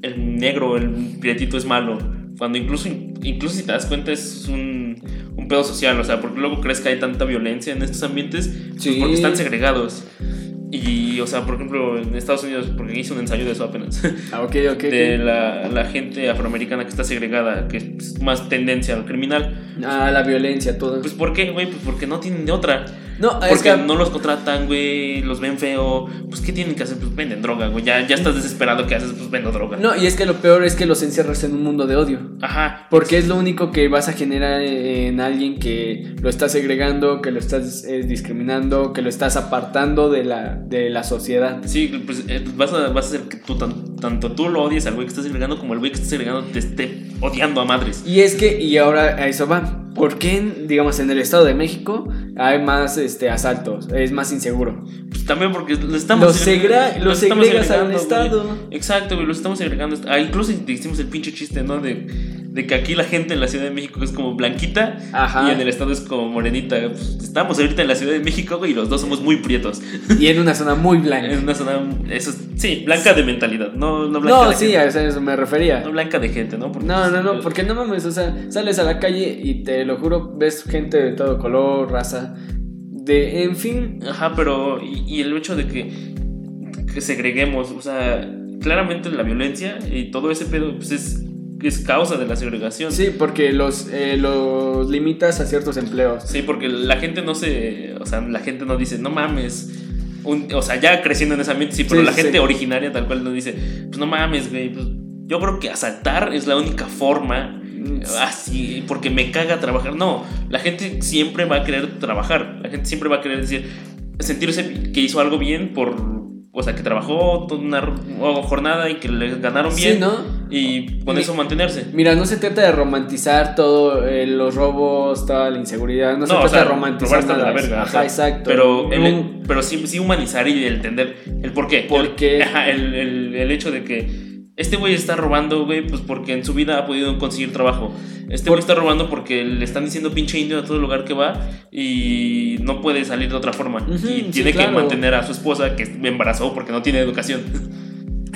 el negro, el prietito es malo. Cuando incluso, incluso si te das cuenta es un, un pedo social, o sea, porque luego crees que hay tanta violencia en estos ambientes pues,
Sí.
porque están segregados. Y, o sea, por ejemplo, en Estados Unidos, porque hice un ensayo de eso apenas,
Ah, ok, ok.
de
ok.
la, la gente afroamericana que está segregada, que es más tendencia al criminal.
Ah, la violencia, todo.
Pues, ¿por qué, güey? Pues porque no tienen de otra.
no, Ah, es
Porque
que
no los contratan, güey, los ven feo. Pues, ¿qué tienen que hacer? Pues venden droga, güey. Ya, ya estás desesperado, ¿qué haces? Pues vendo droga.
No, y es que lo peor es que los encierras en un mundo de odio.
Ajá.
Porque es lo único que vas a generar en alguien que lo estás segregando, que lo estás eh, discriminando, que lo estás apartando de la, de la sociedad.
Sí, pues eh, vas, a, vas a hacer que tú, tan- tanto tú lo odies al güey que estás segregando como el güey que estás segregando te esté odiando a madres.
Y es que, y ahora a eso va. ¿Por qué, digamos, en el Estado de México hay más este, asaltos? Es más inseguro.
Pues, también porque lo estamos
Los segra-
segre-
los
estamos
segregas al
segregando,
Estado.
güey. Exacto, güey, los estamos segregando. Ah, incluso hicimos el pinche chiste, ¿no? De, de que aquí la gente en la Ciudad de México es como blanquita
Ajá.
y en el Estado es como morenita. Pues, estamos ahorita en la Ciudad de México, güey, y los dos somos muy prietos.
Y en una zona muy
Es
blanca.
una zona. Eso, es- sí, blanca de mentalidad. No, no blanca
No,
de
sí,
gente.
a eso a eso me refería.
No blanca de gente, ¿no? Porque- pues,
No, no, no, porque no mames, o sea, sales a la calle y te lo juro, ves gente de todo color, raza, de, en fin,
Ajá, pero. Y, y el hecho de que, que segreguemos, o sea, claramente la violencia y todo ese pedo, pues es, es causa de la segregación.
sí, porque los, eh, los limitas a ciertos empleos.
Sí, porque la gente no se. O sea, la gente no dice, no mames. Un- o sea, ya creciendo en ese ambiente, sí, pero
Sí,
la
sí,
gente
sí.
originaria tal cual no dice, pues no mames, güey. pues, yo creo que asaltar es la única forma Ah, así, porque me caga trabajar. No, la gente siempre va a querer trabajar. La gente siempre va a querer decir, sentirse que hizo algo bien por. O sea, que trabajó toda una r- jornada y que le ganaron bien.
Sí, ¿no?
Y con
Ni-
eso mantenerse.
Mira, no se trata de romantizar todo, eh, los robos, toda la inseguridad, no, se
No,
trata
o sea,
de romantizar
robar está de
nada.
la verga, o
Ajá,
sea,
exacto.
Pero, el-
No,
pero sí, sí humanizar y entender el por qué.
¿Por
El-
qué?
ajá, el, el- el hecho de que este güey está robando, güey, pues porque en su vida ha podido conseguir trabajo. Este güey está robando porque le están diciendo pinche indio a todo lugar que va y no puede salir de otra forma.
Ujú,
y
sí,
tiene que
claro.
mantener a su esposa que me embarazó porque no tiene educación.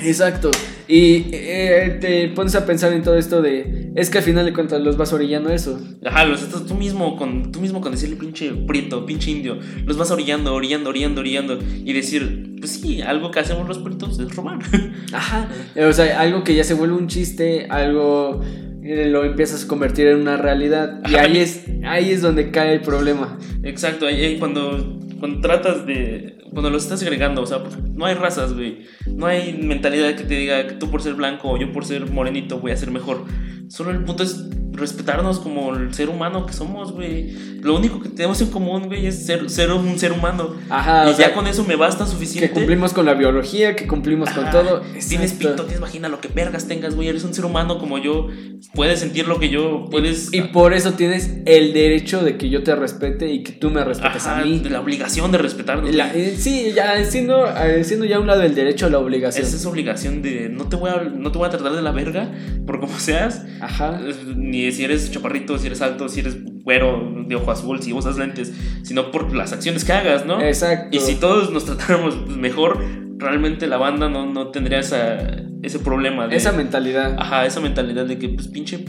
Exacto. Y eh, te pones a pensar en todo esto de, es que al final de cuentas los vas orillando a eso.
Ajá, los estás tú mismo con tú mismo con decirle pinche prieto, pinche indio, los vas orillando, orillando, orillando, orillando y decir, pues sí, algo que hacemos los prietos es robar.
Ajá. eh, O sea, algo que ya se vuelve un chiste, algo eh, lo empiezas a convertir en una realidad. Y
Ajá.
ahí es, ahí es donde cae el problema.
Exacto, ahí, ahí cuando, cuando tratas de. Cuando los estás agregando, o sea, pues, no hay razas, güey. No hay mentalidad que te diga que tú por ser blanco o yo por ser morenito voy a ser mejor. Solo el punto es respetarnos como el ser humano que somos, güey. Lo único que tenemos en común, güey, es ser, ser un ser humano.
Ajá,
y
Ah, o
ya
sea,
con eso me basta
que
suficiente.
cumplimos con la biología, que cumplimos con
Ajá,
todo.
Pues Tienes
Exacto.
pito, tienes vagina, lo que vergas tengas, güey. Eres un ser humano como yo. Puedes sentir lo que yo. Puedes.
Y por eso tienes el derecho de que yo te respete y que tú me respetes
Ajá,
a mí.
La obligación de respetarnos.
La- eh, sí, ya siendo, eh, siendo ya a un lado el derecho a la obligación.
Esa es obligación de no te voy a no te voy a tratar de la verga por como seas,
Ajá.
ni si eres chaparrito, si eres alto, si eres güero de ojo azul, si usas lentes, sino por las acciones que hagas, ¿no?
Exacto.
Y si todos nos tratáramos pues, mejor, realmente la banda no, no tendría esa, ese problema de
Esa mentalidad.
ajá, esa mentalidad de que pues pinche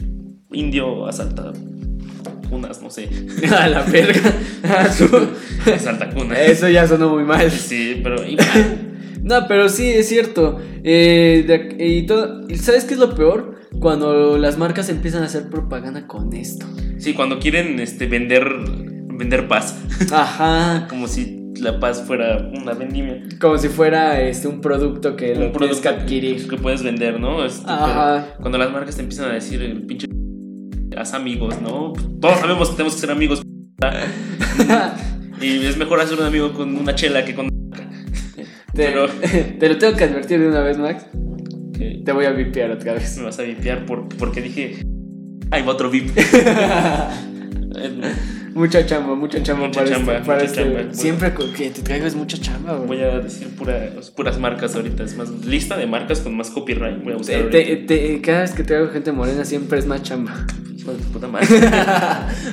indio asalta cunas, no sé,
A la verga.
asalta cunas.
Eso ya sonó muy mal.
Sí, pero igual,
No, pero sí, es cierto. Eh, de- y todo, ¿y ¿Sabes qué es lo peor? Cuando las marcas empiezan a hacer propaganda con esto.
sí, cuando quieren este vender vender paz
Ajá.
como si la paz fuera una vendimia.
Como si fuera este, un producto que lo tienes que adquirir.
que puedes vender, ¿no? Este,
Ajá.
pero Cuando las marcas te empiezan a decir, el pinche, haz amigos, ¿no? Todos sabemos que tenemos que ser amigos. Y es mejor hacer un amigo con una chela que con...
Te,
Pero-
te lo tengo que advertir de una vez, Max.
que
Te voy a vipear otra vez.
me vas a vipear por, porque dije... Ahí va otro vip. Eh,
mucha chamba, mucha chamba
Mucha
para
chamba,
este- para
mucha
este-
chamba.
Siempre con- que te traigas mucha chamba, güey.
Voy a decir pura- puras marcas ahorita. Es más, lista de marcas con más copyright. Voy a buscar
Te-
ahorita.
te- te- cada vez que traigo gente morena siempre es más chamba.
Hijo de tu puta madre.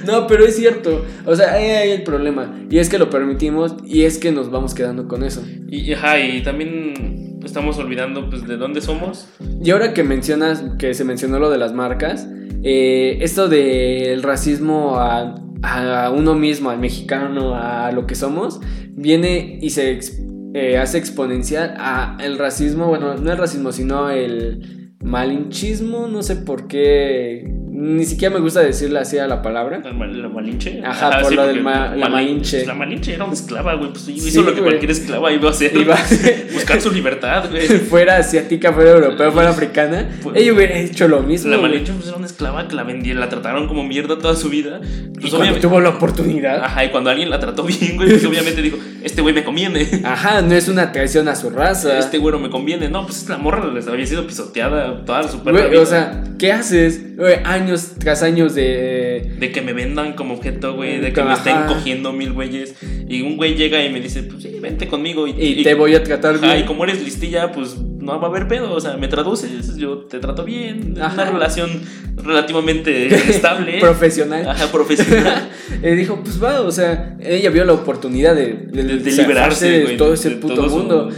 no, pero es cierto. O sea, ahí hay el problema. Y es que lo permitimos y es que nos vamos quedando con eso.
Y, y, ajá, y también estamos olvidando pues de dónde somos.
Y ahora que mencionas, que se mencionó lo de las marcas, eh, esto del racismo a, a uno mismo, al mexicano, a lo que somos, viene y se ex- eh, hace exponencial a el racismo, bueno, no el racismo, sino el malinchismo, no sé por qué, ni siquiera me gusta decirle así a la palabra.
La, ma- la Malinche.
Ajá, por lo
porque
del ma- la
Malin-
Malinche.
pues, La Malinche era una esclava, güey. Pues hizo
Sí,
lo que
güey.
cualquier esclava iba a hacer.
Iba-
Buscar su libertad, güey.
fuera asiática, fuera europea, fuera africana,
Pues-
ella hubiera hecho lo mismo.
La
güey.
Malinche pues, era una esclava que la vendían, la trataron como mierda toda su vida.
Y
Pues
cuando
obviamente.
tuvo la oportunidad.
Ajá, y cuando alguien la trató bien, güey, pues obviamente dijo: Este güey me conviene.
Ajá, no es una traición a su raza.
Este güero me conviene. No, pues la morra les había sido pisoteada toda su perra
Güey,
vida.
o sea, ¿qué haces? Güey, años tras años de.
De que me vendan como objeto, güey. De que me
Ajá.
estén cogiendo mil güeyes. Y un güey llega y me dice, pues sí, vente conmigo. Y,
Y te voy a tratar
Ajá, y
bien.
como eres listilla, pues no va a haber pedo. O sea, me traduces, yo te trato bien. Es
Ajá.
una relación relativamente estable.
Profesional.
Ajá, profesional.
Eh, dijo, pues va, o sea, ella vio la oportunidad de, de-
De, de
zafarse
liberarse,
de
güey,
todo ese
de
puto
todo su-
mundo.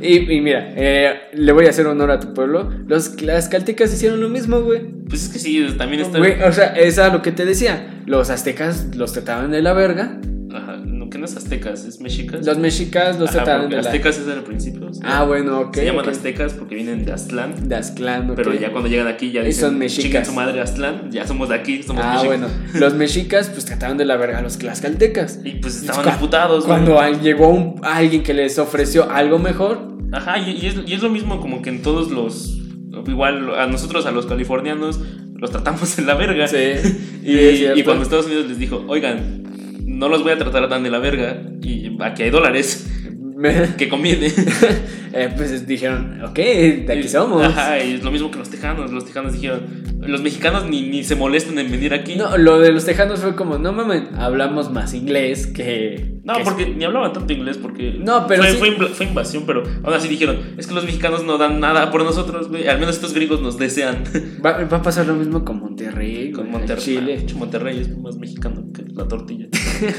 Y, y mira, eh, le voy a hacer honor a tu pueblo. Los, las caltecas hicieron lo mismo, güey.
Pues es que sí, también está.
Güey, o sea, es a lo que te decía. Los aztecas los trataban de la verga.
Ajá, no, que no es aztecas, es mexicas.
Los mexicas los
Ajá,
trataban
porque
de la.
aztecas es del principio. sí.
Ah, bueno, ok.
Se llaman
ok.
aztecas porque vienen de Aztlán.
Aztlán, ok.
Pero ya cuando llegan aquí ya
Y
dicen,
son mexicas.
"Chinguen su madre Aztlán, ya somos de aquí, somos
Ah,
mexicas".
bueno. Los mexicas, pues trataban de la verga a los tlaxcaltecas.
Y pues
Cu-
estaban imputados. güey.
Cuando al- llegó un- alguien que les ofreció algo mejor,
Ajá, y, y es, y es lo mismo como que en todos los... Igual a nosotros, a los californianos, los tratamos en la verga.
sí.
Y,
sí, es cierto.
y cuando Estados Unidos les dijo, oigan, no los voy a tratar tan de la verga, y aquí hay dólares,
Me-
que conviene.
eh, pues dijeron, ok, de aquí somos.
Ajá, y es lo mismo que los tejanos. Los tejanos dijeron, los mexicanos ni, ni se molestan en venir aquí.
No, lo de los tejanos fue como, no mames, hablamos más inglés que.
No,
que-
porque ni hablaban tanto inglés porque
No, pero
fue,
sí-
fue invla- fue invasión, pero aún así dijeron, es que los mexicanos no dan nada por nosotros, güey. Al menos estos gringos nos desean.
Va, va a pasar lo mismo con Monterrey,
Con
con
Monterrey.
Chile.
Pinche Monterrey es más mexicano que la tortilla.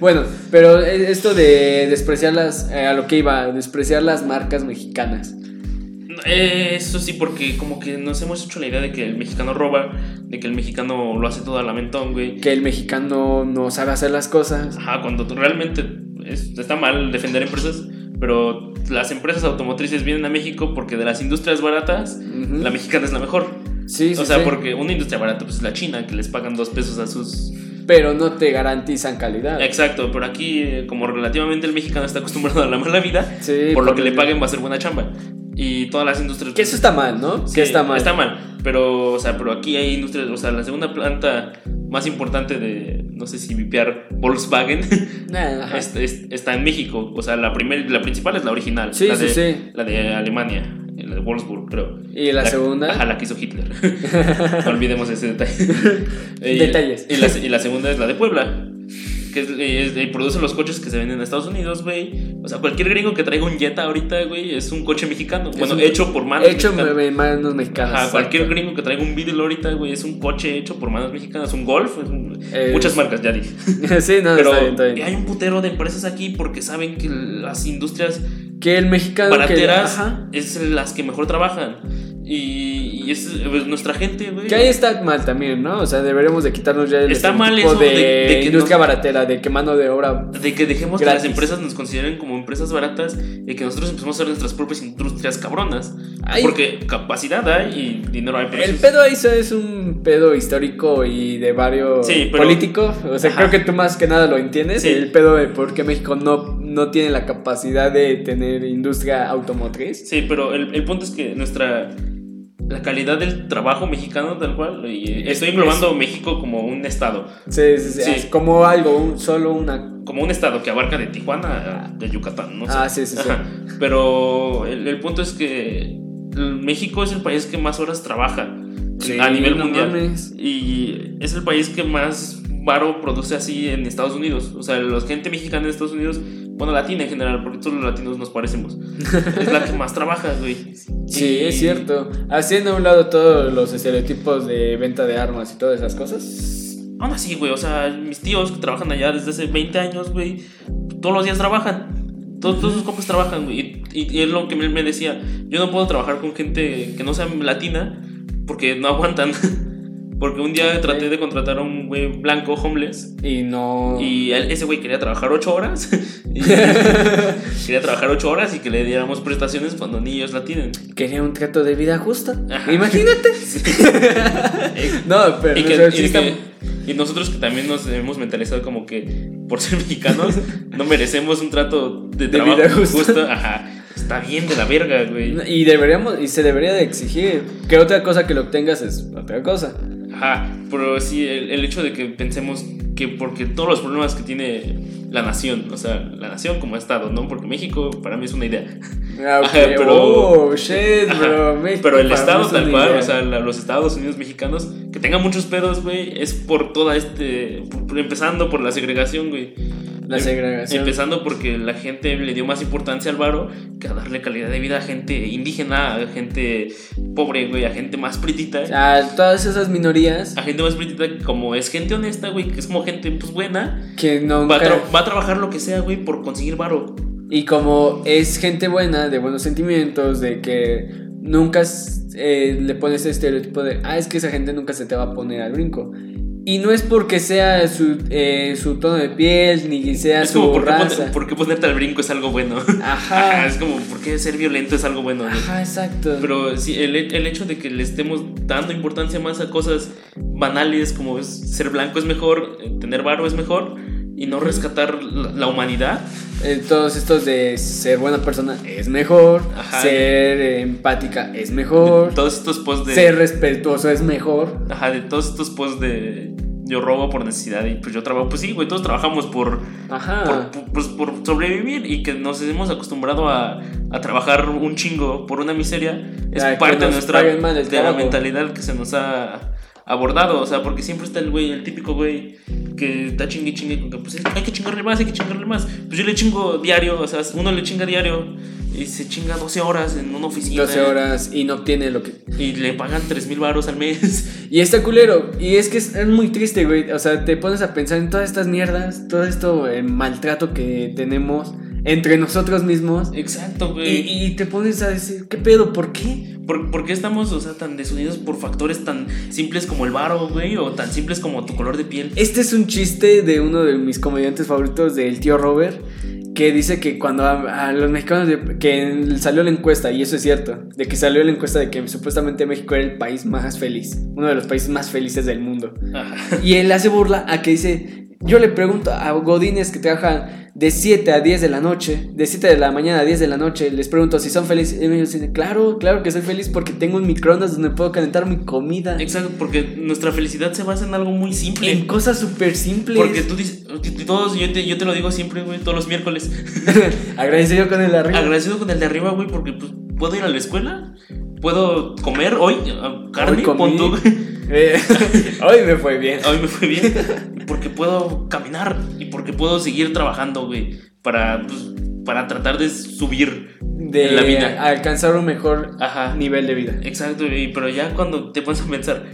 Bueno, pero eh, esto de despreciar las. eh, a lo que iba, despreciar las marcas mexicanas.
Eh, Eso sí, porque como que nos hemos hecho la idea de que el mexicano roba, de que el mexicano lo hace todo al lamentón, güey.
Que el mexicano no sabe hacer las cosas.
Ajá, cuando tú realmente es- está mal defender empresas, pero las empresas automotrices vienen a México porque de las industrias baratas,
Ujú.
la mexicana es la mejor.
Sí, sí,
o sea,
sí.
porque una industria barata pues, es la China, que les pagan dos pesos a sus...
Pero no te garantizan calidad.
Exacto, pero aquí eh, como relativamente el mexicano está acostumbrado a la mala vida,
Sí,
por lo
por
que
el-
le paguen va a ser buena chamba. Y todas las industrias... pues,
Que eso está mal, ¿no?
Sí,
que está mal.
Está mal. Pero, o sea, pero aquí hay industrias, o sea, la segunda planta más importante de, no sé si vipear, Volkswagen,
Nah, ajá.
es- es- está en México. O sea, la, primer, la principal es la original.
Sí,
la
sí,
de,
sí.
La de Alemania, la de Wolfsburg, creo.
¿Y la segunda?
Ajá, la que hizo Hitler. no olvidemos ese detalle. Y-
Detalles.
Y la, y la segunda es la de Puebla. Que es- es- eh, produce los coches que se venden en Estados Unidos, güey. O sea, cualquier gringo que traiga un Jetta ahorita, güey, es un coche mexicano.
Es
bueno,
un-
hecho por manos
Hecho
mexicanas.
en manos mexicanas.
Ajá,
exacto.
cualquier gringo que traiga un Beetle ahorita, güey, es un coche hecho por manos mexicanas, un Golf, es un-
Eh,
muchas marcas, ya dije.
sí, no,
Pero
está bien, está bien.
hay un putero de empresas aquí porque saben que las industrias
Que el mexicano que,
barateras
ajá,
es las que mejor trabajan. Y, y es pues, nuestra gente, güey.
que ahí está mal también, ¿no? O sea, deberíamos de quitarnos ya el
Está
estereotipo
mal eso
de,
de- de que
industria
no-
baratera, de que mano de obra.
De que dejemos
Gratis.
que las empresas nos consideren como empresas baratas y que nosotros empecemos a hacer nuestras propias industrias cabronas.
Ay.
Porque capacidad hay y dinero hay. pero
El
eso-
pedo ahí sí es un pedo histórico y de varios
Sí, pero-
político. O sea,
Ajá.
creo que tú más que nada lo entiendes.
Sí.
El pedo de por qué México no, no tiene la capacidad de tener industria automotriz.
Sí, pero el, el punto es que nuestra. La calidad del trabajo mexicano, tal cual. Y eh, estoy englobando México como un estado.
Sí, sí, sí,
Sí.
es como algo, un- solo una
Como un estado que abarca de Tijuana a de Yucatán, ¿no? sé.
Ah, sí, sí, sí.
Ajá. Pero el, el punto es que el- México es el país que más horas trabaja
Sí,
a nivel
no
mundial.
mames.
Y es el país que más varo produce así en Estados Unidos. O sea, la gente mexicana en Estados Unidos, bueno, latina en general, porque todos los latinos nos parecemos. es la que más trabaja, güey.
Sí,
Y-
es cierto. Haciendo a un lado todos los estereotipos de venta de armas y todas esas cosas.
Aún así, güey, o sea, mis tíos que trabajan allá desde hace 20 años, güey, todos los días trabajan. Todos, todos sus compas trabajan, güey. Y, y- y es lo que él me decía, yo no puedo trabajar con gente que no sea latina porque no aguantan. Porque un día traté de contratar a un güey blanco homeless
Y no.
y él- ese güey quería trabajar 8 horas. Y quería trabajar 8 horas y que le diéramos prestaciones cuando ni ellos la tienen.
Quería un trato de vida justo.
Ajá.
Imagínate. no, pero
Y,
no
que-
sé
y
si
que-
está-
y nosotros que también nos hemos mentalizado como que por ser mexicanos no merecemos un trato de, trabajo
vida justa.
justo. Ajá. Está bien de la verga, güey.
Y deberíamos, y se debería de exigir. Que otra cosa que lo obtengas es otra cosa.
Ajá. Pero sí, el, el hecho de que pensemos que porque todos los problemas que tiene la nación, o sea, la nación como estado, ¿no? Porque México para mí es una idea.
Ah, ok.
Ajá, pero-
oh, shit, bro. México
Pero el
para
estado
mí es
tal
una
cual,
idea.
o sea, la- los Estados Unidos mexicanos que tengan muchos pedos, güey, es por toda este por- por- empezando por la segregación, güey.
la
Em-
segregación.
Empezando porque la gente le dio más importancia al varo que a darle calidad de vida a gente indígena, a gente pobre, güey, a gente más pretita.
Ah, todas esas minorías
A gente más pretita que como es gente honesta, güey, que es como gente pues buena,
que
va a,
nunca.
tra- va a trabajar lo que sea, güey, por conseguir varo.
Y como es gente buena, de buenos sentimientos, de que nunca eh, le pones ese estereotipo de, ah, es que esa gente nunca se te va a poner al brinco. Y no es porque sea su, eh, su tono de piel, ni que sea
Es
su
como, ¿por qué,
raza.
poner- por qué ponerte al brinco es algo bueno?
Ajá.
Ajá, es como, ¿por qué ser violento es algo bueno? güey?
Ajá, exacto.
Pero sí, el, el hecho de que le estemos dando importancia más a cosas banales como es ser blanco es mejor, eh, tener varo es mejor y no rescatar la, la humanidad.
Eh, todos estos de ser buena persona es mejor,
Ajá.
ser eh, empática es mejor,
Todos estos posts de...
ser respetuoso es mejor.
Ajá, de todos estos posts de yo robo por necesidad y pues yo trabajo. Pues sí, güey, todos trabajamos por,
Ajá.
por, pues, por sobrevivir y que nos hemos acostumbrado a, a trabajar un chingo por una miseria. Es
Ya, que
parte de
nos
nuestra
paguen mal el
de la
trabajo.
mentalidad que se nos ha abordado. O sea, porque siempre está el güey, el típico güey que está chingue y chingue con que pues hay que chingarle más, hay que chingarle más. Pues yo le chingo diario, o sea, uno le chinga diario y se chinga 12 horas en una oficina.
12 horas y no obtiene lo que
Y le pagan 3 mil baros al mes.
Y está culero. Y es que es, es muy triste, güey. O sea, te pones a pensar en todas estas mierdas, todo esto eh, maltrato que tenemos entre nosotros mismos.
Exacto,
Y,
güey.
y te pones a decir, ¿qué pedo? ¿Por qué?
¿Por, por qué estamos, o sea, tan desunidos por factores tan simples como el varo, güey? O tan simples como tu color de piel.
Este es un chiste de uno de mis comediantes favoritos, del tío Robert, que dice que cuando a, a los mexicanos, de- que en- salió la encuesta, y eso es cierto, de que salió la encuesta de que supuestamente México era el país más feliz, uno de los países más felices del mundo.
Ajá.
Y él hace burla a que dice, Yo le pregunto a godines que trabajan de 7 a 10 de la noche, de 7 de la mañana a 10 de la noche, les pregunto si son felices. Y ellos dicen, claro, claro que soy feliz porque tengo un microondas donde puedo calentar mi comida.
Exacto, porque nuestra felicidad se basa en algo muy simple.
En cosas súper simples.
Porque tú dices, todos, yo te, yo te lo digo siempre, güey, todos los miércoles.
Agradecido con el arriba.
Agradecido con el de arriba, güey, porque pues, puedo ir a la escuela, puedo comer hoy eh, carne,
Hoy comí.
pon tú, güey.
Eh, Hoy me fue bien.
Hoy me fue bien. Porque puedo caminar y porque puedo seguir trabajando, güey, para, pues, para tratar de subir.
De
En la vida.
alcanzar un mejor
Ajá.
nivel de vida.
Exacto, güey, pero ya cuando te pones a pensar,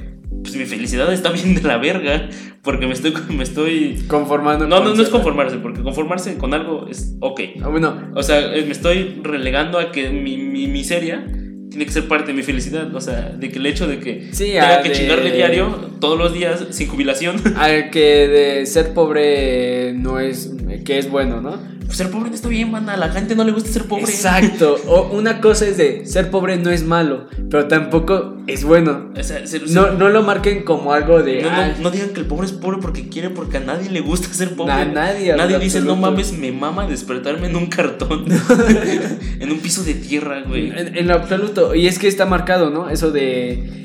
pues mi felicidad está bien de la verga, porque me estoy... Me estoy
Conformando.
no, no, no es
conformar
conformarse, porque conformarse con algo es ok.
Ah, Bueno,
O sea, eh, me estoy relegando a que mi, mi miseria tiene que ser parte de mi felicidad. O sea, de que el hecho de que
Sí,
tenga
a
que
de-
chingarle diario, todos los días, sin jubilación.
al que de ser pobre eh, no es. que es bueno, ¿no?
pues, ser pobre no está bien, man. A la gente no le gusta ser pobre.
Exacto. O una cosa es de ser pobre no es malo, pero tampoco es bueno.
O sea, ser-
No,
ser-
no lo marquen como algo de. "Ah,
no, no-
"Ay,
no digan que el pobre es pobre porque quiere, porque a nadie le gusta ser pobre.
A nadie, a
Nadie
lo
dice, no
absoluto".
mames, me mama despertarme en un cartón. en un piso de tierra, güey.
En, en lo absoluto. Y es que está marcado, ¿no? Eso de.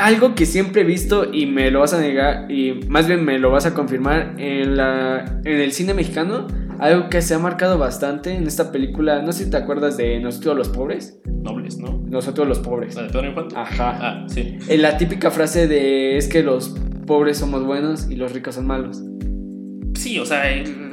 Algo que siempre he visto y me lo vas a negar, y más bien me lo vas a confirmar, en, la, en el cine mexicano, algo que se ha marcado bastante en esta película, no sé si te acuerdas de Nosotros los pobres,
Nobles, ¿no?
Nosotros los pobres.
La de Pedro Infante.
Ajá.
Ah, sí.
Eh, La típica frase de es que los pobres somos buenos y los ricos son malos.
Sí, o sea. el-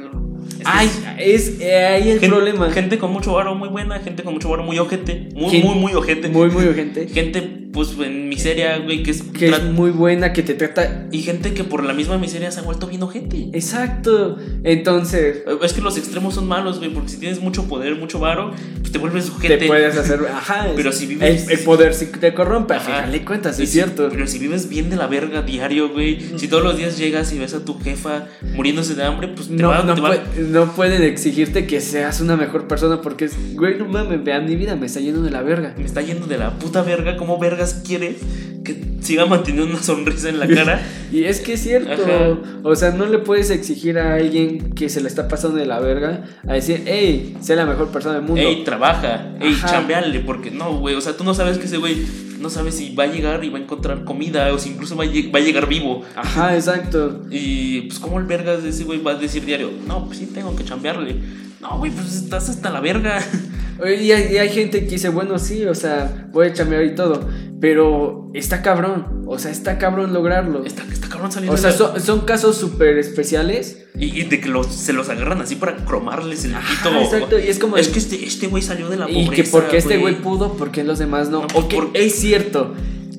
es que
Ay, es eh, ahí el
Gen-
problema.
Gente con mucho varo muy buena, gente con mucho varo muy ojete. Muy,
Gen-
muy, muy ojete.
muy, muy urgente.
Gente, pues, en miseria, güey, que es.
Que es
tra-
muy buena, que te trata.
Y gente que por la misma miseria se ha vuelto bien ojete.
Exacto. Entonces,
Es que los extremos son malos, güey, porque si tienes mucho poder, mucho varo, pues te vuelves ojete.
te puedes hacer. Ajá.
Pero
es-
si vives-
El, el poder sí te corrompe, al
Ajá.
final de cuentas,
Y
es
si-
cierto.
Pero si vives bien de la verga diario, güey, si todos los días llegas y ves a tu jefa muriéndose de hambre, pues te
No,
va,
no,
te va-
pue- no pueden exigirte que seas una mejor persona porque es, güey, no mames, vean mi vida, me está yendo de la verga.
me está yendo de la puta verga, ¿cómo vergas quieres que siga manteniendo una sonrisa en la cara?
Y es que es cierto.
Ajá.
O sea, no le puedes exigir a alguien que se le está pasando de la verga a decir, hey, sé la mejor persona del mundo.
Ey, trabaja, ey,
Ajá.
chambeale, porque no, güey, o sea, tú no sabes que ese güey no sabes si va a llegar y va a encontrar comida o si incluso va a, lleg- va a llegar vivo.
Ajá, exacto.
Y pues, ¿cómo el vergas de ese güey va a decir diario? No, pues sí, tengo que chambearle. No, güey, pues estás hasta la verga.
Y hay, y hay gente que dice, bueno, sí, o sea, voy a chambear y todo. Pero está cabrón. O sea, está cabrón lograrlo.
Está, está cabrón saliendo.
O sea,
de-
son, son casos súper especiales.
y, y de que los, se los agarran así para cromarles el pito.
Ah, exacto, y es como
Es
de-
que este este güey salió de la
Y
pobreza.
que porque este güey pudo, porque los demás no.
No,
O que
por-
es cierto.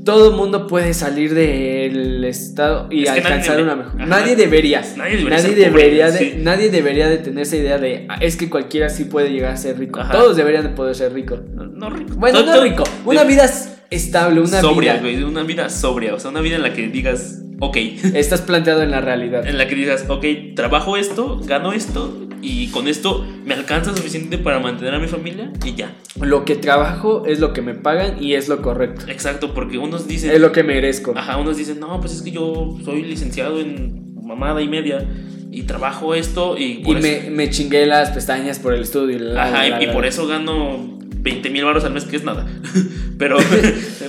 Todo mundo puede salir del estado y
Es que nadie
alcanzar
debe-
una mejor.
Ajá.
Nadie debería.
Nadie debería
Nadie
ser pobre,
debería de,
sí.
nadie debería de tener esa idea de "Ah, es que cualquiera sí puede llegar a ser rico.
Ajá.
Todos deberían de poder ser rico.
No, no rico.
Bueno,
Todo-
no
todo-
rico. Una
de-
vida s- estable, una
sobria,
vida.
güey. Una vida sobria. O sea, una vida en la que digas, ok.
Estás planteado en la realidad.
en la que digas, ok, trabajo esto, gano esto y con esto me alcanza suficiente para mantener a mi familia y ya.
Lo que trabajo es lo que me pagan y es lo correcto.
Exacto, porque unos dicen,
Es lo que merezco.
ajá, unos dicen, no, pues es que yo soy licenciado en mamada y media y trabajo esto y
Y
por eso,
me, me chingué las pestañas por el estudio. la,
ajá,
la,
y-
la,
y
la,
por
la.
eso gano 20 mil baros al mes, que es nada, pero,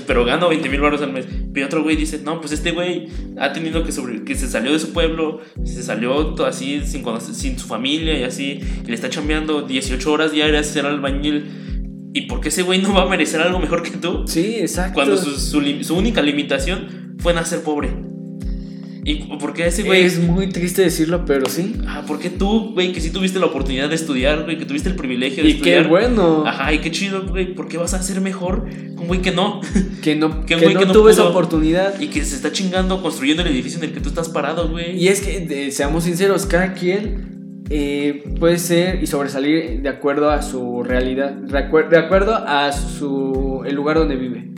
pero gano 20 mil baros al mes. Y otro güey dice, no, pues este güey ha tenido que sobre que se salió de su pueblo, se salió to- así sin, conocer- sin su familia y así, y le está chambeando 18 horas diarias ser albañil. ¿Y por qué ese güey no va a merecer algo mejor que tú?
Sí, exacto.
Cuando su, su lim- su única limitación fue nacer pobre. ¿Y por qué ese güey?
Es muy triste decirlo, pero sí.
Ah, ¿por qué tú, güey, que sí tuviste la oportunidad de estudiar, güey, que tuviste el privilegio de
Y
estudiar?
qué bueno
Ajá, y qué chido, güey, ¿por qué vas a ser mejor con güey que no?
que no,
qué
que
güey
no
que no
tuve esa
pudo.
oportunidad.
y que se está chingando construyendo el edificio en el que tú estás parado, güey.
Y es que, de- seamos sinceros, cada quien eh, puede ser y sobresalir de acuerdo a su realidad, de acuer- de acuerdo a su el lugar donde vive.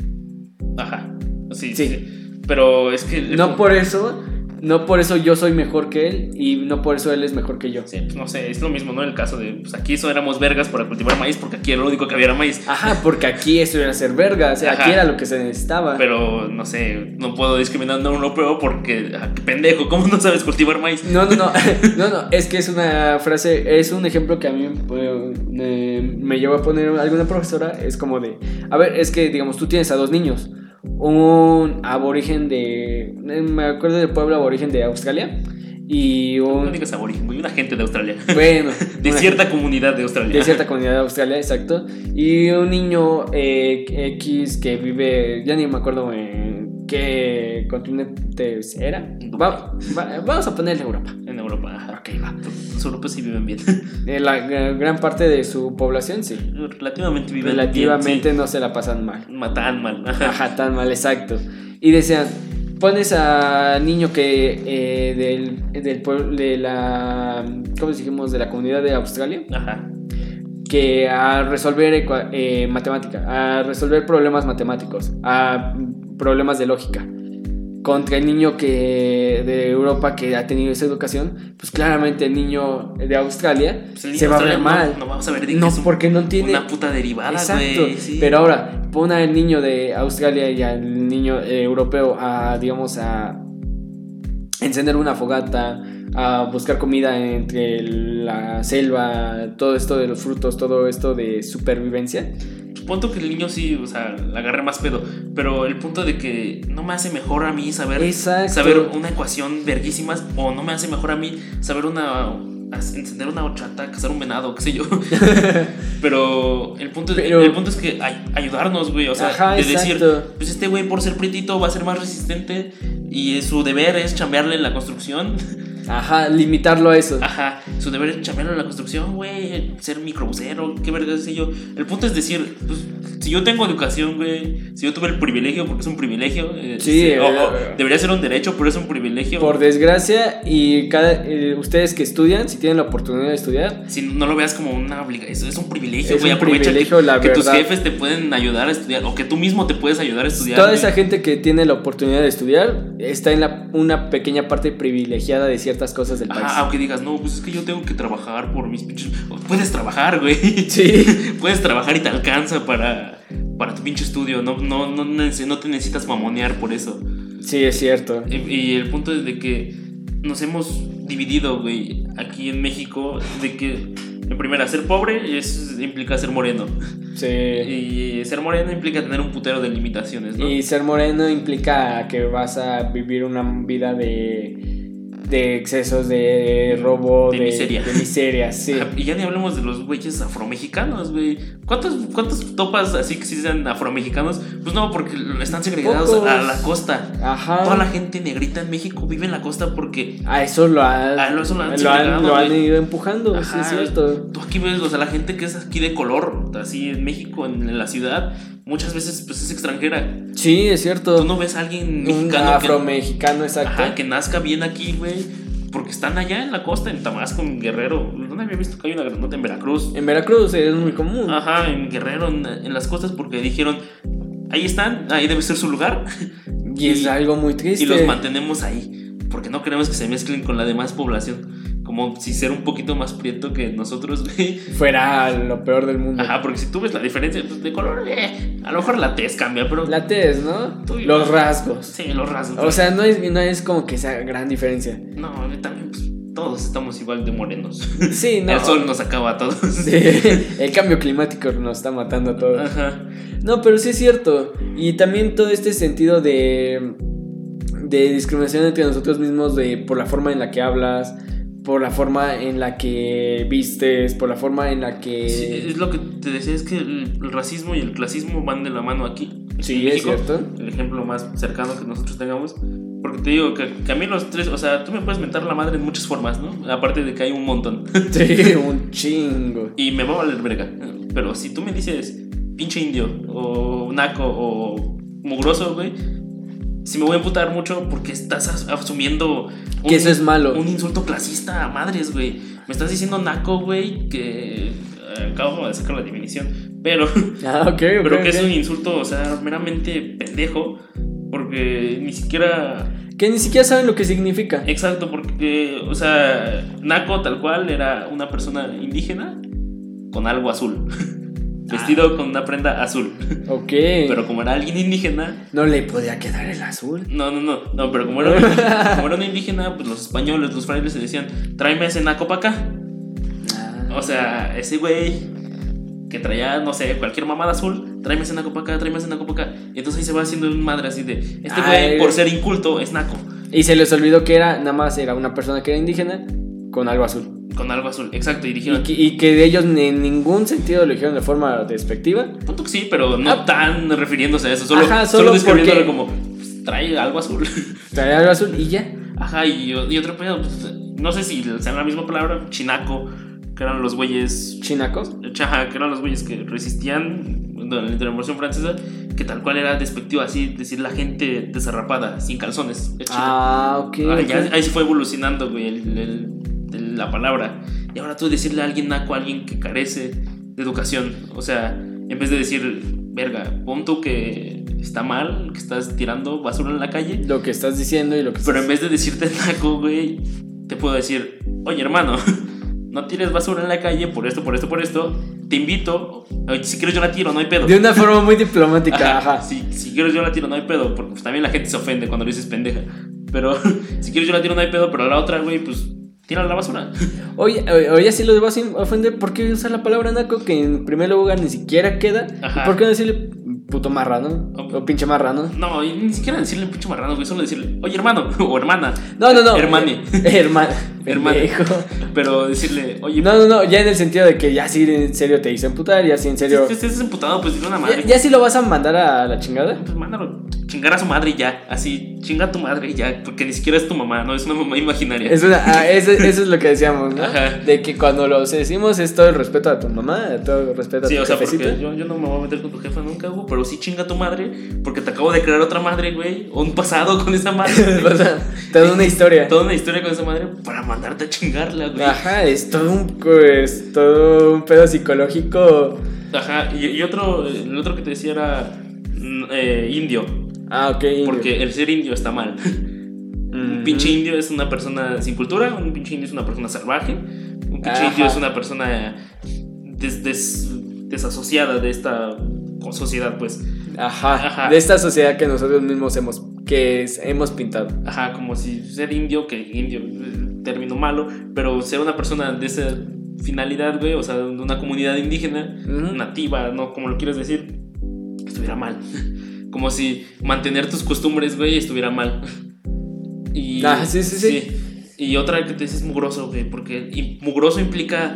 Ajá. Sí,
Sí.
sí. Pero es que.
No por eso No por eso yo soy mejor que él y no por eso él es mejor que yo.
Sí, pues no sé, es lo mismo, ¿no? El caso de, pues aquí eso éramos vergas para cultivar maíz porque aquí era lo único que había era maíz.
Ajá, porque aquí esto era ser verga, o sea,
Ajá.
aquí era lo que se necesitaba.
Pero no sé, no puedo discriminar a un europeo porque, ah, qué pendejo, ¿cómo no sabes cultivar maíz?
No, no, no, no, no, es que es una frase, es un ejemplo que a mí eh, me, me llevó a poner alguna profesora, es como de, a ver, es que digamos, tú tienes a dos niños, un aborigen de, eh, me acuerdo del pueblo aborigen de Australia y
No
un,
digas aborigen, güey, una gente de Australia.
bueno,
De
una-
cierta comunidad de Australia.
de cierta comunidad de Australia, exacto, y un niño eh, X que vive, ya ni me acuerdo en qué continente era, Va- va- vamos a ponerle Europa.
En Europa, ajá.
Ok, va.
Los europeos sí viven bien.
Eh, la eh, gran parte de su población sí.
Relativamente viven
Relativamente
bien.
no se la pasan mal.
sí. Ma- Tan mal. ajá.
Ajá, tan mal, exacto. Y decían, pones a niño que eh, del, del pueblo, de la, ¿cómo dijimos? De la comunidad de Australia,
Ajá.
que a resolver ecua- eh, matemática, a resolver problemas matemáticos, a problemas de lógica. Contra el niño que de Europa que ha tenido esa educación, pues claramente el niño de Australia
Pues el niño
se va a ver
australiano
mal.
No, no vamos a ver de
No,
que es un-
porque no tiene.
una puta derivada,
Exacto.
güey, sí.
Pero ahora, pon al niño de Australia y al niño eh, europeo a, digamos, a encender una fogata, a buscar comida entre la selva, todo esto de los frutos, todo esto de supervivencia.
Punto que el niño sí, o sea, la agarre más pedo. Pero el punto de que no me hace mejor a mí saber,
Exacto.
saber una ecuación verguísimas o no me hace mejor a mí saber una. as- encender una horchata, cazar un venado, qué sé yo. Pero el punto,
Pero-
el punto es que ay- ayudarnos, güey. O sea,
Ajá,
de decir,
exacto.
pues este güey por ser pretito va a ser más resistente y eh, su deber es chambearle en la construcción.
Ajá, limitarlo a eso.
Ajá, su deber es chambearlo en la construcción, güey, ser microbusero, qué verga sé yo. El punto es decir, pues, si yo tengo educación, güey, si yo tuve el privilegio, porque es un privilegio, eh,
Sí,
se- o-
eh,
o debería ser un derecho, pero es un privilegio.
Por desgracia, y cada, eh, ustedes que estudian, si tienen la oportunidad de estudiar,
Si no lo veas como una obligación, es, es un privilegio,
Es
güey.
un
Aprovecha
privilegio,
que,
la
que tus
verdad.
jefes te pueden ayudar a estudiar, o que tú mismo te puedes ayudar a estudiar.
Toda
güey.
esa gente que tiene la oportunidad de estudiar está en la- una pequeña parte privilegiada de ciertas cosas del país.
Ajá, aunque digas, no, pues es que yo tengo que trabajar por mis pinches. Puedes trabajar, güey.
Sí.
Puedes trabajar y te alcanza para, para tu pinche estudio. No, no, no, neces- no te necesitas mamonear por eso.
Sí, es cierto.
Y, y el punto es de que nos hemos dividido, güey, aquí en México, de que, en primera, ser pobre es, implica ser moreno.
Sí.
Y ser moreno implica tener un putero de limitaciones, ¿no?
Y ser moreno implica que vas a vivir una vida de, de excesos, de robo,
De
de,
miseria.
de miseria, sí.
Ah, Y ya ni hablemos de los güeyes afromexicanos, güey. ¿Cuántos, ¿Cuántos topas así que sí sean afromexicanos? Pues no, porque están segregados
Pocos.
a la costa.
Ajá.
Toda la gente negrita en México vive en la costa porque.
A eso lo, ha-
A eso lo han
lo
segregado,
han, lo han
güey.
ido empujando, sí,
Ajá,
es cierto.
Tú aquí ves, o sea, la gente que es aquí de color, así en México, en, en la ciudad, muchas veces pues es extranjera.
Sí, es cierto.
Tú no ves a alguien
Un
mexicano. que,
afromexicano, exacto.
ajá, que nazca bien aquí, güey. Porque están allá en la costa, en Tabasco, en Guerrero. ¿Dónde había visto que hay una granota en Veracruz?
En Veracruz es muy común.
Ajá, en Guerrero, en, en las costas, porque dijeron, ahí están, ahí debe ser su lugar,
y, es
y-
algo muy triste.
y los mantenemos ahí, porque no queremos que se mezclen con la demás población, como si ser un poquito más prieto que nosotros, güey.
Fuera lo peor del mundo.
Ajá, porque si tú ves la diferencia pues, de color, eh, a lo mejor la tez cambia, pero...
La tez, ¿no?
Tú y-
Los rasgos.
Sí, los rasgos.
O sea, no es, no es como que sea gran diferencia.
no, también pues, todos estamos igual de morenos.
Sí, no.
El sol nos acaba a todos.
Sí, el cambio climático nos está matando a todos.
Ajá.
No, pero sí es cierto. Y también todo este sentido de, de discriminación entre nosotros mismos de, por la forma en la que hablas, por la forma en la que vistes, por la forma en la que...
Sí, es lo que te decía, es que el, el racismo y el clasismo van de la mano aquí.
Sí,
En
es cierto.
El ejemplo más cercano que nosotros tengamos. Porque te digo que, que a mí los tres, o sea, tú me puedes mentar la madre en muchas formas, ¿no? Aparte de que hay un montón.
Sí, un chingo.
y me va a valer verga. Pero si tú me dices pinche indio, o naco, o mugroso, güey, si me voy a emputar mucho porque estás as- asumiendo.
Que eso es malo.
Un insulto clasista a madres, güey. Me estás diciendo naco, güey, que. eh, Acabo de sacar la definición. Pero.
Ah, ok, ok,
Pero que es
ok.
un insulto, o sea, meramente pendejo. Porque ni siquiera.
que ni siquiera saben lo que significa.
Exacto, porque, o sea, Naco tal cual era una persona indígena con algo azul. Vestido con una prenda azul.
Ok.
Pero como era alguien indígena,
No le podía quedar el azul.
no, no, no, no, pero como era, un- como era un indígena, pues los españoles, los frailes se decían, tráeme a ese Naco para acá.
Ah.
O sea, ese güey que traía, no sé, cualquier mamada azul, tráeme ese Naco para acá, tráeme ese Naco para acá. Y entonces ahí se va haciendo un madre así de, este
Ay.
güey por ser inculto es Naco.
Y se les olvidó que era, nada más era una persona que era indígena con algo azul.
Con algo azul, exacto. Y
Y
dijeron,
que, y que de ellos ni en ningún sentido lo dijeron de forma despectiva.
punto que sí, pero no
Ah.
tan refiriéndose a eso, solo,
Ajá,
solo,
solo
describiéndolo
porque-
como, "Pues, trae algo azul.
Traía algo azul y ya.
Ajá, y, y otro pedo, pues, no sé si sea la misma palabra, chinaco, que eran los güeyes,
Chinacos.
chaja, que eran los güeyes que resistían en la intervención francesa, que tal cual era despectivo así, decir la gente desarrapada, sin calzones. es china.
Ah, ok.
Ah, ya,
ok.
ahí se fue evolucionando, güey, el- el- el- la palabra. Y ahora tú decirle a alguien naco, a alguien que carece de educación, o sea, en vez de decir, verga, punto que está mal, que estás tirando basura en la calle,
Lo que estás diciendo y lo que
pero en
estás-
vez de decirte naco, güey, te puedo decir, oye, hermano, no tires basura en la calle por esto, por esto, por esto, te invito, eh, si quieres yo la tiro, no hay pedo.
De una forma muy diplomática,
Ajá,
ajá.
Si, si quieres yo la tiro, no hay pedo, porque pues, también la gente se ofende cuando le dices pendeja. Pero si quieres yo la tiro, no hay pedo, pero a la otra, güey, pues tira a la basura.
Oye, o- oye, si lo debo sin- ofender, ¿por qué usar la palabra naco que en primer lugar ni siquiera queda?
Ajá.
¿Y ¿Por qué no decirle puto marrano?
O-
O pinche marrano.
No, y ni siquiera decirle pinche marrano, güey, solo decirle, oye, hermano o hermana.
No, no, no.
Hermani.
Hermano.
Hermano.
Hermano.
Pero decirle, oye,
No, no, no, ya en el sentido de que ya si en serio te hice emputar, ya si en
si
serio.
si estás emputado, pues dile una
Ya,
madre.
ya si lo vas a mandar a la chingada.
Pues mándalo, chingar a su madre y ya, así, chinga a tu madre y ya, porque ni siquiera es tu mamá, no es una mamá imaginaria.
Es una- ah, eso, eso es lo que decíamos, ¿no?
Ajá.
De que cuando los decimos es todo el respeto a tu mamá, todo el respeto a
Sí,
tu
o sea,
jefecita.
porque yo, yo no me voy a meter con tu jefa nunca, güey, pero sí chinga a tu madre, porque te acabo de crear otra madre, güey, o un pasado con esa madre.
O sea, toda una historia.
toda una historia con esa madre para mandarte a chingarla, güey. Ajá.
Ajá, es todo un, es todo un pedo psicológico.
Y, y otro, el otro que te decía era mm, eh, indio,
Ah, ok. Mm,
porque el ser indio está mal. Un pinche indio es una persona sin cultura, un pinche indio es una persona salvaje, un pinche
Ajá.
indio es una persona des- des- desasociada de esta sociedad, pues.
Ajá,
Ajá.
De esta sociedad que nosotros mismos hemos, que es- hemos pintado.
Ajá, como si ser indio, que indio, eh, término malo, pero ser una persona de esa finalidad, güey, o sea, de una comunidad indígena,
Ujú.
nativa, no como lo quieras decir, estuviera mal. Como si mantener tus costumbres, güey, estuviera mal. Y,
Ah, sí, sí, sí.
Y otra que te dices mugroso, güey, porque y mugroso implica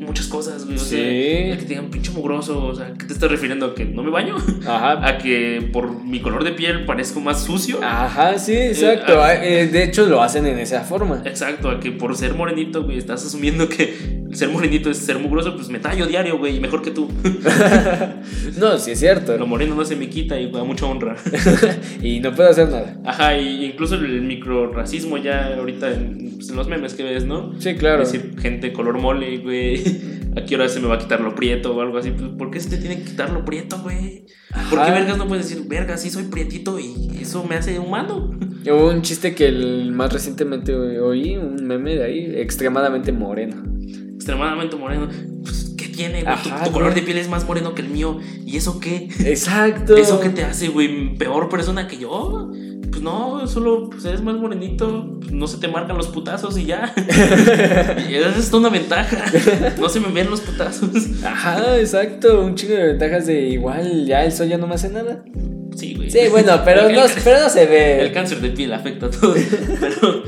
muchas cosas, güey. O sea,
Sí.
el que te digan pinche mugroso, o sea, ¿qué te estás refiriendo? ¿A que no me baño?
Ajá.
¿A que por mi color de piel parezco más sucio?
Ah, Ajá, sí, exacto.
ah. Eh,
Ah, eh, de hecho, lo hacen en esa forma.
Exacto, a que por ser morenito, güey, estás asumiendo que ser morenito es ser mugroso, pues me tallo diario, güey, y mejor que tú.
No, sí es cierto.
eh, Lo moreno no se me quita y da mucha honra.
Y no puedo hacer nada.
Ajá, y incluso el microracismo ya ahorita en, pues, en los memes que ves, ¿no?
Sí, claro.
Es decir, gente color mole, güey. ¿A qué hora se me va a quitar lo prieto o algo así? Pues, ¿Por qué se te tiene que quitar lo prieto, güey? ¿Por qué
Ajá.
vergas no puedes decir, verga, sí soy prietito y eso me hace humano?
Hubo un chiste que el más recientemente oí, un meme de ahí, extremadamente moreno.
Extremadamente moreno. Pues, ¿Qué tiene, güey? Tu-
Ajá,
tu color
güey.
de piel es más moreno que el mío. ¿Y eso qué?
Exacto.
¿Eso que te hace, güey? ¿Peor persona que yo? Pues no, solo pues, eres más morenito, pues, no se te marcan los putazos y ya. y esa es una ventaja. No se me ven los putazos.
Ajá, exacto. Un chingo de ventajas de igual, ya el sol ya no me hace nada.
Sí, güey.
Sí, bueno, pero
El-
no, pero no se ve.
El cáncer de piel afecta a todo. Pero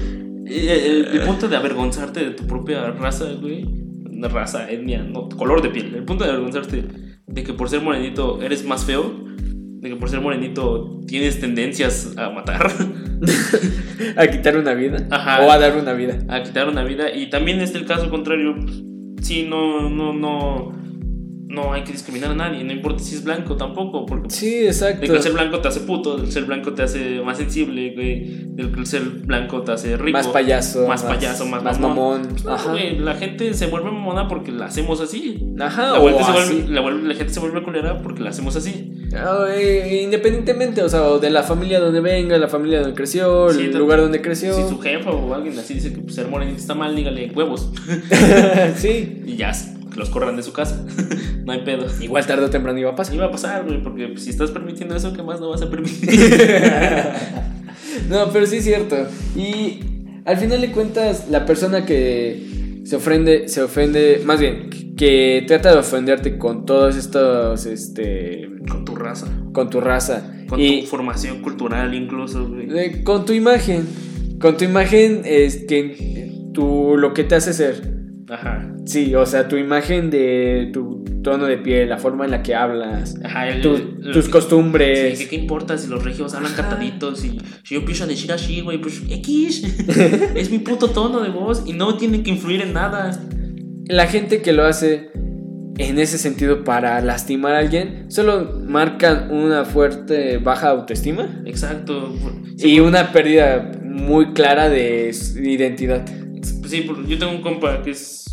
eh, el, el punto de avergonzarte de tu propia raza, güey. no Raza, etnia, no, color de piel. El punto de avergonzarte de que por ser morenito eres más feo. De que por ser morenito tienes tendencias a matar.
A quitar una vida.
Ajá.
O a dar una vida.
a quitar una vida. Y también es el caso contrario. pues, Sí, no, no, no. no hay que discriminar a nadie, no importa si es blanco tampoco, porque pues,
Sí,
de
exacto.
que el ser blanco te hace puto, el ser blanco te hace más sensible, güey, el que el ser blanco te hace rico.
Más payaso.
Más payaso, más
mamón.
Pues no,
Ajá.
güey, la gente se vuelve mamona porque la hacemos así. Ah,
Ajá,
la,
o
vuelta se vuelve-
así.
la vuelve- la gente se vuelve culera porque la hacemos así.
Ah, eh, Independientemente, o sea, o de la familia donde venga, la familia donde creció,
Sí,
el
tanto-
lugar donde creció.
Si su jefa o alguien así dice que pues, ser morenito está mal, dígale huevos.
sí.
y ya, que los corran de su casa. no hay pedo.
Igual tarde o temprano iba a pasar.
Iba a pasar, güey, porque pues, si estás permitiendo eso, ¿qué más no vas a permitir?
No, pero sí es cierto. Y al final de cuentas, la persona que se ofende, se ofende, más bien, que trata de ofenderte con todos estos, este,
con tu raza,
con tu raza.
con
y
tu formación cultural incluso, güey.
eh, con tu imagen. Con tu imagen, este, tu, lo que te hace ser.
Ajá.
Sí, o sea, tu imagen de tu tono de piel, la forma en la que hablas,
Ajá, el-
tu-
lo
tus
que-
costumbres.
Sí, ¿qué, ¿Qué importa si los regios hablan
Ajá.
cantaditos? Y si yo pienso decir así, güey, pues X. es mi puto tono de voz y no tiene que influir en nada.
La gente que lo hace en ese sentido para lastimar a alguien, solo marcan una fuerte baja autoestima
Exacto.
y una pérdida muy clara de su identidad.
Sí, por- yo tengo un compa que es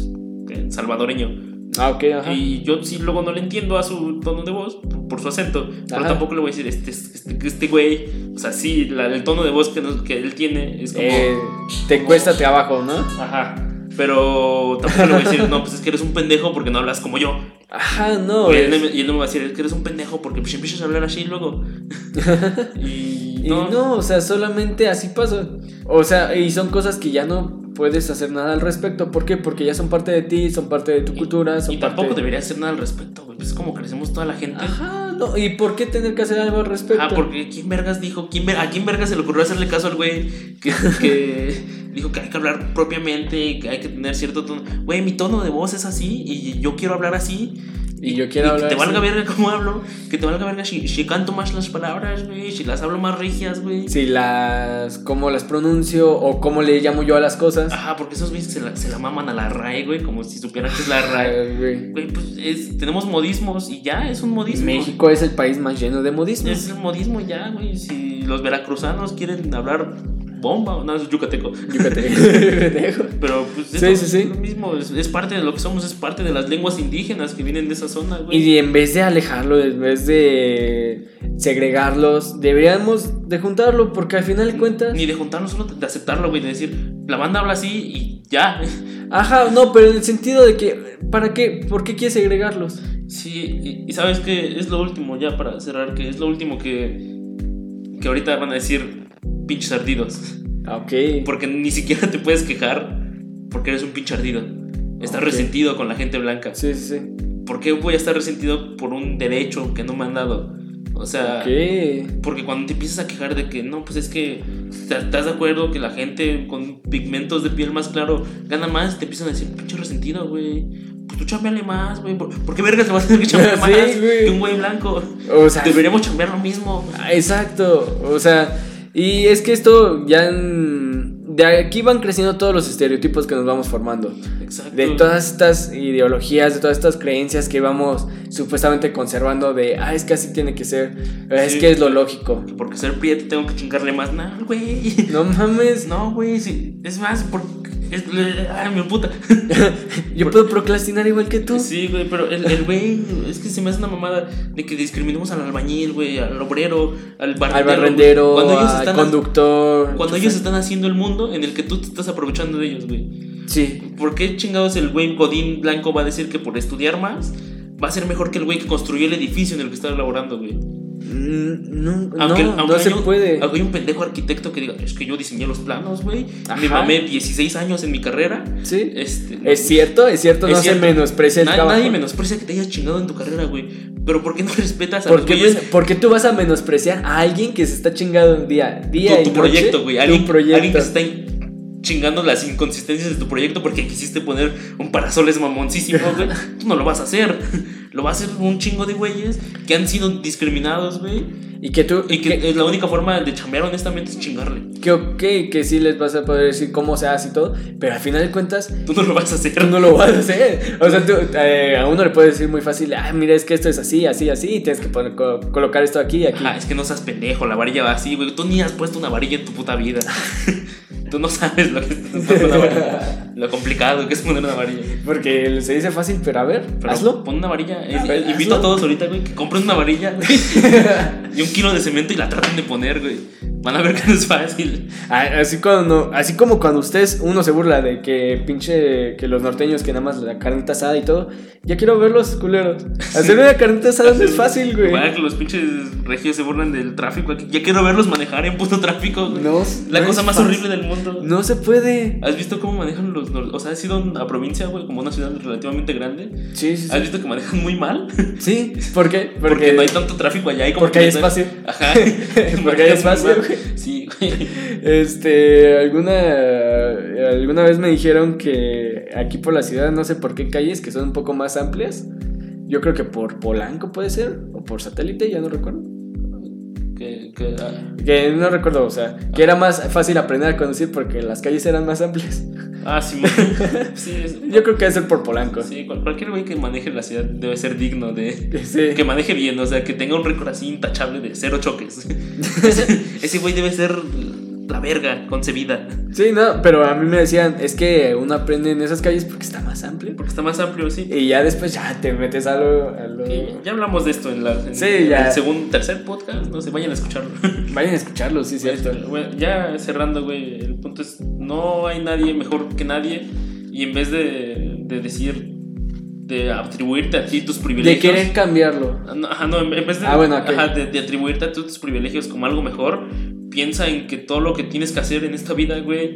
eh, salvadoreño.
Ah, ok, ajá.
Y yo sí luego no le entiendo a su tono de voz por, por su acento. Pero
Ajá.
tampoco le voy a decir, este, este, este güey. O sea, sí, la- el tono de voz que, nos- que él tiene es como.
Eh, te cuesta trabajo, ¿no?
Ajá. Pero tampoco le voy a decir, no, pues es que eres un pendejo porque no hablas como yo.
Ajá, no.
y, él, no
es-
me- y él no me va a decir, es que eres un pendejo porque pues empiezas a hablar así luego. y
y
no.
no, o sea, solamente así pasa. O sea, y son cosas que ya no puedes hacer nada al respecto. ¿Por qué? Porque ya son parte de ti, son parte de tu cultura, son
y tampoco
parte-
debería hacer nada al respecto, güey. Pues es como crecemos toda la gente. Ajá.
Ajá, no. ¿Y por quá tener que hacer algo al respecto?
Ah, porque ¿quién vergas dijo? ¿Quién ver- ¿A quién vergas se le ocurrió hacerle caso al güey que, que dijo que hay que hablar propiamente, que hay que tener cierto tono? Güey, mi tono de voz es así y yo quiero hablar así.
Y yo quiero hablar
Que te
así.
valga verga cómo hablo, que te valga verga si, si canto más las palabras, güey, si las hablo más regias, güey.
si las cómo las pronuncio o cómo le llamo yo a las cosas.
Ajá, porque esos güeyes que se la, se la maman a la RAE, güey, como si supieran que es la RAE.
Ay, güey.
Güey, pues es- tenemos modismos y ya, es un modismo.
México es el país más lleno de modismos.
Es el modismo ya, güey. Si los veracruzanos quieren hablar bomba, o no, es yucateco.
Yucateco.
Pero pues es,
Sí,
lo,
sí, sí.
es lo mismo, es, es parte de lo que somos, es parte de las lenguas indígenas que vienen de esa zona, güey.
y en vez de alejarlo, en vez de segregarlos, deberíamos de juntarlo porque al final de cuentas...
Ni de juntarnos, solo de aceptarlo, güey, de decir, la banda habla así y ya.
Ajá, no, pero en el sentido de que, ¿para qué? ¿Por qué quieres segregarlos?
Sí, y, y sabes que es lo último, ya para cerrar, que es lo último que, que ahorita van a decir pinches ardidos.
Ah, Ok.
Porque ni siquiera te puedes quejar porque eres un pinche ardido. Estás
Ok.
resentido con la gente blanca.
Sí, sí, sí.
¿Por qué voy a estar resentido por un derecho que no me han dado? O sea,
Ok.
porque cuando te empiezas a quejar de que no, pues es que ¿está- estás de acuerdo que la gente con pigmentos de piel más claro gana más, te empiezan a decir, pinche resentido, güey. Pues tú chambeale más, güey. ¿Por, por qué vergas te vas a tener que chambear
Sí,
más
güey.
que un güey blanco?
O sea,
Deberíamos chambear lo mismo.
Ah, Exacto, o sea, y es que esto ya en- de aquí van creciendo todos los estereotipos que nos vamos formando,
Exacto.
de todas estas ideologías, de todas estas creencias que vamos supuestamente conservando de, ah, es que así tiene que ser, es
Sí.
que es lo lógico.
Porque ser prieto tengo que chingarle más. No, güey.
No mames,
No, güey, sí. es más, por... es- Ay, mi puta.
yo puedo procrastinar igual que tú.
Sí, güey, pero el el güey, es que se me hace una mamada de que discriminemos al albañil, güey, al obrero, al
Al
barrendero.
barrendero,
güey. cuando ellos,
al
están,
conductor.
cuando ellos están haciendo el mundo en el que tú te estás aprovechando de ellos, güey.
Sí,
¿Por qué chingados el güey Godín Blanco va a decir que por estudiar más va a ser mejor que el güey que construyó el edificio en el que está elaborando, güey?
Mm, no,
Aunque,
no,
aunque
no se
hay un-
puede.
aunque hay un pendejo arquitecto que diga, es que yo diseñé los planos, güey.
Ajá.
Me mamé 16 años en mi carrera.
Sí.
Este, no,
Es cierto, es cierto,
Es
no
cierto.
se menosprecia el
Nad-
trabajo.
Nadie menosprecia que te hayas chingado en tu carrera, güey. Pero ¿por qué no respetas a
¿Por
los
qué,
güeyes
men- por qué tú vas a menospreciar a alguien que se está chingando un día, día
tu,
y
tu
noche?
proyecto, güey?
Tu
Alguien,
proyecto.
alguien que se está in- chingando las inconsistencias de tu proyecto porque quisiste poner un parasol es mamoncísimo, güey. Tú no lo vas a hacer. lo va a hacer un chingo de güeyes que han sido discriminados, güey.
Y que tú.
Y que es la única forma de chambear honestamente es chingarle.
que ok, que sí les vas a poder decir cómo se hace y todo, pero al final de cuentas,
Tú no lo vas a hacer.
tú no lo vas a hacer. O sea, tú, eh, a uno le puedes decir muy fácil, ah, mira, es que esto es así, así, así, y tienes que poner- co- colocar esto aquí y aquí.
Ajá, es que no seas pendejo, la varilla va así, güey. Tú ni has puesto una varilla en tu puta vida. Tú no sabes lo que es poner una varilla. Lo complicado que es poner una varilla.
Porque se dice fácil, pero a ver,
Pero
hazlo.
Pon una varilla. Eh,
ver,
invito a
hazlo.
todos ahorita, güey, que compren una varilla güey, y un kilo de cemento y la traten de poner, güey. Van a ver que no es fácil.
A- Ah, Así, cuando, así como cuando ustedes, uno se burla de que pinche, que los norteños que nada más la carnita asada y todo, ya quiero verlos, culeros. Hacer una carnita asada no es fácil, güey.
Igual que los pinches regios se burlan del tráfico. aquí. Ya quiero verlos manejar en puto tráfico, güey.
No,
La
no
cosa
es
más
fácil.
horrible del mundo.
No se puede.
¿Has visto cómo manejan los nor- O sea, has ido a una provincia, güey, como una ciudad relativamente grande.
Sí, sí,
¿Has
sí.
visto que manejan muy mal?
Sí, ¿por qué? Porque,
Porque, no hay tanto tráfico allá y como
porque
que
hay
no
espacio.
Ajá.
Porque hay espacio,
Manejan muy mal.
güey.
Sí, güey.
Este, alguna, alguna vez me dijeron que aquí por la ciudad, no sé por qué calles, que son un poco más amplias. Yo creo que por Polanco puede ser, o por satélite, ya no recuerdo.
Que- que, ah,
Que no recuerdo, o sea, que era más fácil aprender a conducir porque las calles eran más amplias.
ah, sí, man. sí es-
Yo creo que debe ser por Polanco.
Sí, cual- cualquier güey que maneje la ciudad debe ser digno de.
Sí.
Que maneje bien, o sea, que tenga un récord así intachable de cero choques. Ese ese güey debe ser la verga concebida.
Sí, no, pero a mí me decían, es que uno aprende en esas calles porque está más amplio.
Porque está más amplio, sí.
Y ya después ya te metes a lo... a lo-
Y ya hablamos de esto en, la, en-
Sí,
en
ya.
el segundo, tercer podcast. No sé, vayan a escucharlo.
Vayan a escucharlo, sí, cierto.
Bueno, ya cerrando, güey, el punto es, no hay nadie mejor que nadie y en vez de, de decir, de atribuirte a ti tus
De
privilegios...
querer cambiarlo.
No, ajá, no, en en vez de,
Ah, bueno, ok.
ajá, de, de atribuirte a ti tus privilegios como algo mejor, piensa en que todo lo que tienes que hacer en esta vida, güey,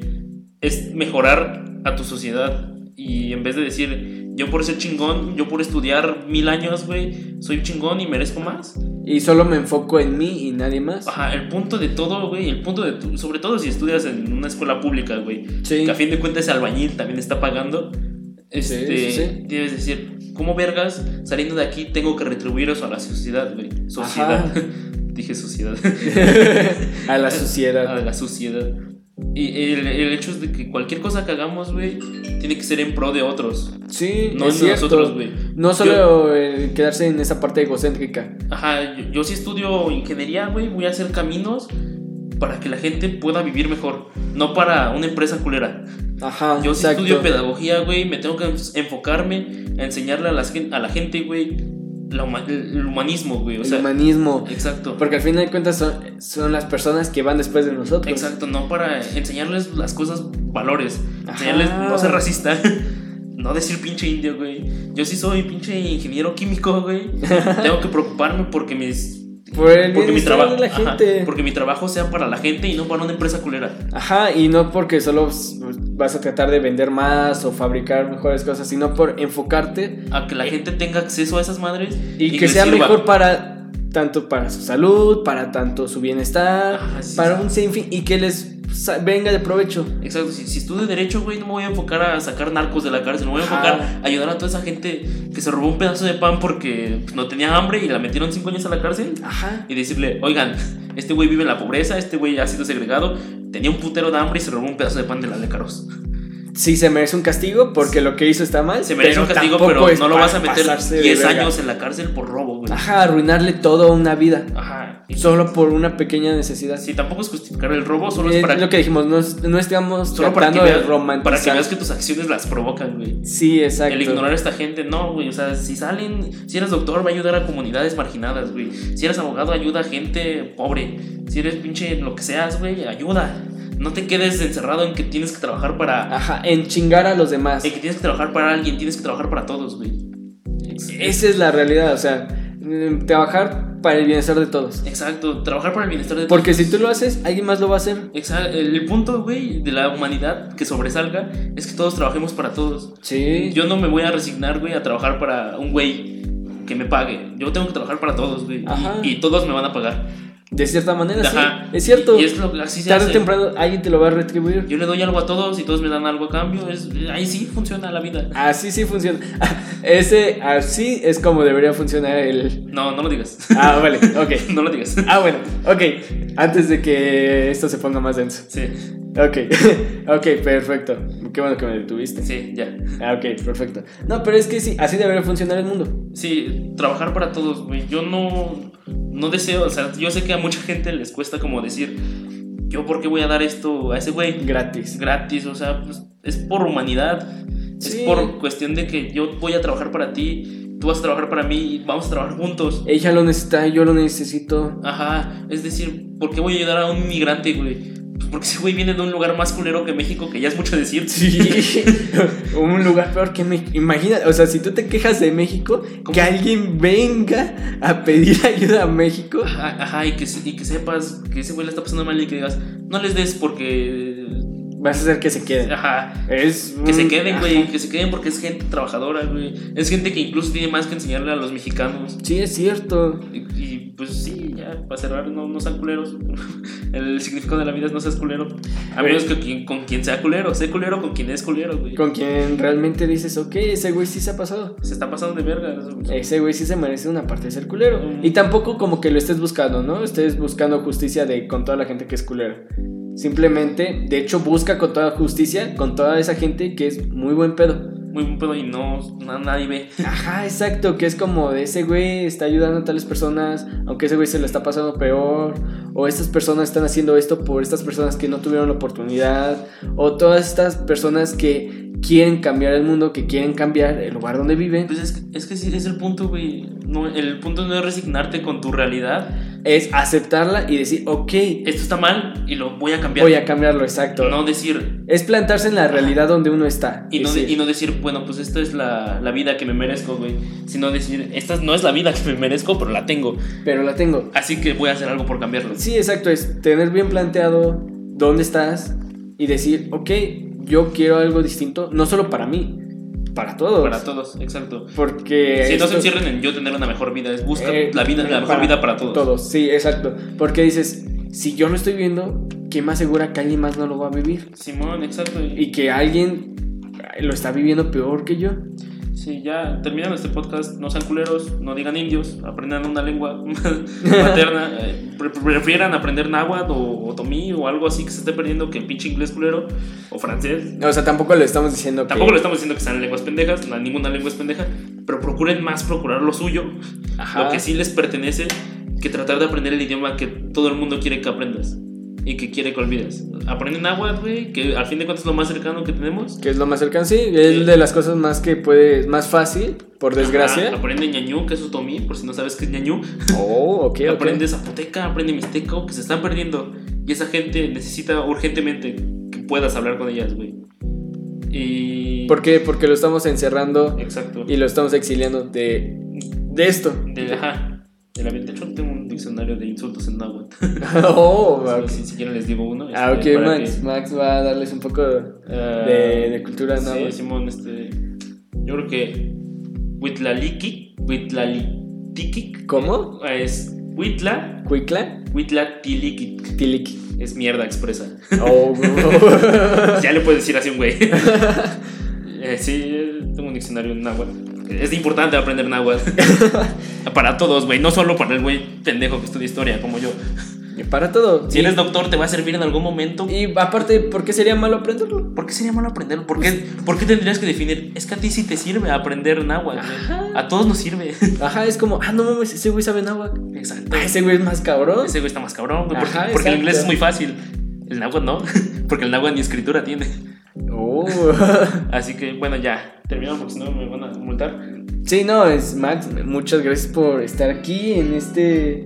es mejorar a tu sociedad y en vez de decir... Yo por ser chingón, yo por estudiar mil años, güey, soy chingón y merezco más.
Y solo me enfoco en mí y nadie más.
Ajá, el punto de todo, güey, el punto de tu- sobre todo si estudias en una escuela pública, güey,
Sí.
que a fin de cuentas ese albañil también está pagando, este,
sí, sí.
debes decir, ¿cómo vergas saliendo de aquí tengo que retribuir eso a la sociedad, güey? Sociedad.
Ajá.
Dije sociedad.
a la
a
sociedad.
la sociedad. Y el, el hecho es de que cualquier cosa que hagamos, güey, tiene que ser en pro de otros,
Sí,
no
es
en
cierto.
nosotros, güey.
No solo eh, quedarse en esa parte egocéntrica.
Ajá, yo, yo sí estudio ingeniería, güey. Voy a hacer caminos para que la gente pueda vivir mejor. No para una empresa culera.
Ajá,
Yo sí
exacto.
estudio pedagogía, güey. Me tengo que enf- enfocarme a enseñarle a, las gen- a la gente, güey, la huma- el el humanismo, güey. O
El
sea,
humanismo.
exacto.
Porque al final de cuentas son, son las personas que van después de nosotros.
Exacto, no para enseñarles las cosas, valores.
Ajá.
Enseñarles no ser racista. No decir pinche indio, güey. Yo sí soy pinche ingeniero químico, güey. Tengo que preocuparme porque mis
Por el
porque mi
bienestar
trabajo
de la
ajá,
gente.
porque mi trabajo sea para la gente y no para una empresa culera
Ajá, y no porque solo s- vas a tratar de vender más o fabricar mejores cosas, sino por enfocarte
a que la gente tenga acceso a esas madres
Eh, y, que,
les
sea
sirva.
mejor para tanto para su salud, para tanto su bienestar,
Ajá, sí,
para
sí.
un sinfín y que les sa- venga de provecho.
exacto si, si estudio derecho güey no me voy a enfocar a sacar narcos de la cárcel me voy a
Ajá.
enfocar a ayudar a toda esa gente que se robó un pedazo de pan porque pues, no tenía hambre y la metieron cinco años a la cárcel
Ajá.
y decirle oigan este güey vive en la pobreza este güey ha sido segregado tenía un putero de hambre y se robó un pedazo de pan de la de Caros
Sí se merece un castigo porque lo que hizo está mal.
se merece un castigo
tampoco
pero
es
no lo
para
vas a meter
pasarse de
10
verga.
años en la cárcel por robo güey
Ajá, arruinarle toda una vida
ajá
solo por una pequeña necesidad.
Sí, tampoco es justificar el robo, solo
es
es para,
lo que dijimos, no, es- no estamos
solo para, que
tratando de
veas,
romantizar.
para que veas que tus acciones las provocan, güey.
Sí, exacto.
El ignorar a esta gente, no, güey. O sea, si salen, si eres doctor, va a ayudar a comunidades marginadas, güey. Si eres abogado, ayuda a gente pobre. Si eres pinche lo que seas, güey, ayuda. No te quedes encerrado en que tienes que trabajar para.
Ajá, en chingar a los demás.
En que tienes que trabajar para alguien, tienes que trabajar para todos, güey.
Esa es la realidad, o sea, mm, trabajar para el bienestar de todos.
Exacto, trabajar para el bienestar de
Porque si tú lo haces, alguien más lo va a hacer.
Exa- El punto, güey, de la humanidad que sobresalga es que todos trabajemos para todos.
Sí.
Yo no me voy a resignar, güey, a trabajar para un güey que me pague. Yo tengo que trabajar para todos, güey.
Ajá.
Y, y todos me van a pagar.
De cierta manera,
Ajá.
sí. Es cierto.
Y es lo que así se
Tarde o
hace.
temprano alguien te lo va a retribuir.
Yo le doy algo a todos y todos me dan algo a cambio. Es, ahí sí funciona la vida.
Así sí funciona. Ese, así es como debería funcionar el.
No, no lo digas.
Ah, vale, ok.
no lo digas.
Ah, bueno, ok. Antes de que esto se ponga más denso.
Sí,
Ok, ok, perfecto. Qué bueno que me detuviste.
sí, ya.
Ah, ok, perfecto. No, pero es que sí, así debería funcionar el mundo.
Sí, trabajar para todos, güey. Yo no, no deseo, o sea, yo sé que a mucha gente les cuesta como decir, yo por qué voy a dar esto a ese güey
Gratis.
gratis, o sea, pues, es por humanidad,
Sí.
es por cuestión de que yo voy a trabajar para ti, tú vas a trabajar para mí, y vamos a trabajar juntos.
Ella lo necesita, yo lo necesito.
Ajá, es decir, ¿por qué voy a ayudar a un migrante, güey? Pues porque ese güey viene de un lugar más culero que México, que ya es mucho decir.
Sí, un lugar peor que México. Imagina, o sea, si tú te quejas de México,
¿Cómo?
que alguien venga a pedir ayuda a México.
Ajá, ajá, y que, se- y que sepas que ese güey le está pasando mal y que digas, no les des porque...
Vas a hacer que se queden.
Ajá,
Es
Que se
un-
queden,
Mm, Ajá.
güey, que se queden porque es gente trabajadora, güey. Es gente que incluso tiene más que enseñarle a los mexicanos.
Sí, es cierto.
Y, y, pues sí, ya, para cerrar, no, no sean culeros. El significado de la vida es no seas culero. A
Güey.
menos que quien- con quien sea culero, sé culero con quien es culero, güey.
Con quien realmente dices, ok, ese güey sí se ha pasado.
Se está pasando de verga. eso, güey.
Ese güey sí se merece una parte de ser culero.
Mm.
Y tampoco como que lo estés buscando, ¿no? Estés buscando justicia de, con toda la gente que es culera. Simplemente, de hecho, busca con toda justicia, con toda esa gente que es muy buen pedo.
Muy buen pedo y no, na- nadie ve.
Ajá, exacto, que es como de ese güey está ayudando a tales personas, aunque ese güey se le está pasando peor, o estas personas están haciendo esto por estas personas que no tuvieron la oportunidad, o todas estas personas que quieren cambiar el mundo, que quieren cambiar el lugar donde viven.
Pues es que, es que sí, es el punto, güey. No, el punto no es resignarte con tu realidad.
Es aceptarla y decir, ok,
Esto está mal y lo voy a cambiar.
voy a cambiarlo, exacto.
No decir,
Es plantarse en la realidad donde uno está.
Y no, de-
decir,
y no decir, bueno, pues esta es la, la vida que me merezco, güey. Sino decir, esta no es la vida que me merezco, pero la tengo.
Pero la tengo.
Así que voy a hacer algo por cambiarlo.
Sí, exacto, es tener bien planteado dónde estás y decir, ok, yo quiero algo distinto, no solo para mí, para todos.
Para todos, exacto.
Porque...
Si no se
esto-
encierren en yo tener una mejor vida, es busca
eh,
la, vida, la mejor vida para todos.
Todos, sí, exacto. Porque dices, si yo lo estoy viendo, ¿qué más segura que alguien más no lo va a vivir?
Simón, exacto. Y
Y que alguien lo está viviendo peor que yo.
sí, ya terminan este podcast. No sean culeros, no digan indios, aprendan una lengua materna. eh, pre- prefieran aprender náhuatl o, o tomí o algo así que se esté perdiendo que el pinche inglés culero o francés.
O sea, tampoco le estamos diciendo que-
Tampoco le estamos diciendo que sean lenguas pendejas, no, ninguna lengua es pendeja, pero procuren más procurar lo suyo,
Ajá.
lo que sí les pertenece, que tratar de aprender el idioma que todo el mundo quiere que aprendas y que quiere que olvides. Aprenden náhuatl, güey, que al fin de cuentas es lo más cercano que tenemos.
que es lo más cercano, sí, es
Sí.
de las cosas más que puede, más fácil, por desgracia.
Ajá, aprende ñañú, que eso es tomí, por si no sabes qué es ñañú.
Oh, ok, ok.
Aprende zapoteca, aprende mixteco, que se están perdiendo. Y esa gente necesita urgentemente que puedas hablar con ellas, güey. Y...
¿Por qué? Porque lo estamos encerrando
Exacto.
y lo estamos exiliando de, de esto.
De, ajá, de la vida. De hecho, tengo un diccionario de insultos en náhuatl.
oh, ok.
Si, si quieren les digo uno.
Ah, ok,
este, para
Max.
que,
Max va a darles un poco de,
eh,
de cultura
sí,
náhuatl.
Simón, este, yo creo que Huitlaliki, Huitlalitikik.
¿Cómo?
eh, Es Huitla,
Cuicla,
Huitlatiliki.
Tiliqui.
Es mierda expresa.
Oh, wow.
ya le puedes decir así a un güey. Eh, sí, eh, tengo un diccionario en náhuatl. Es importante aprender náhuatl. para todos, güey. No solo para el güey pendejo que estudia historia como yo.
Y para todo.
Si
Y-
eres doctor, te va a servir en algún momento.
Y aparte, ¿por qué sería malo aprenderlo?
¿Por qué sería malo aprenderlo? ¿Por
Pues
qué, por qué tendrías que definir? Es que a ti sí te sirve aprender náhuatl. güey.
Ajá.
A todos nos sirve.
Ajá, es como, ah, no mames, ese güey sabe náhuatl.
Exacto.
Ah, ese güey es más cabrón.
Ese güey está más cabrón, güey. Porque,
Ajá,
porque el inglés
exacto.
es muy fácil. El náhuatl no. Porque el náhuatl ni escritura tiene.
Oh.
Así que, bueno, ya. Terminamos porque si no me van a multar.
Sí, no, es Max, muchas gracias por estar aquí en este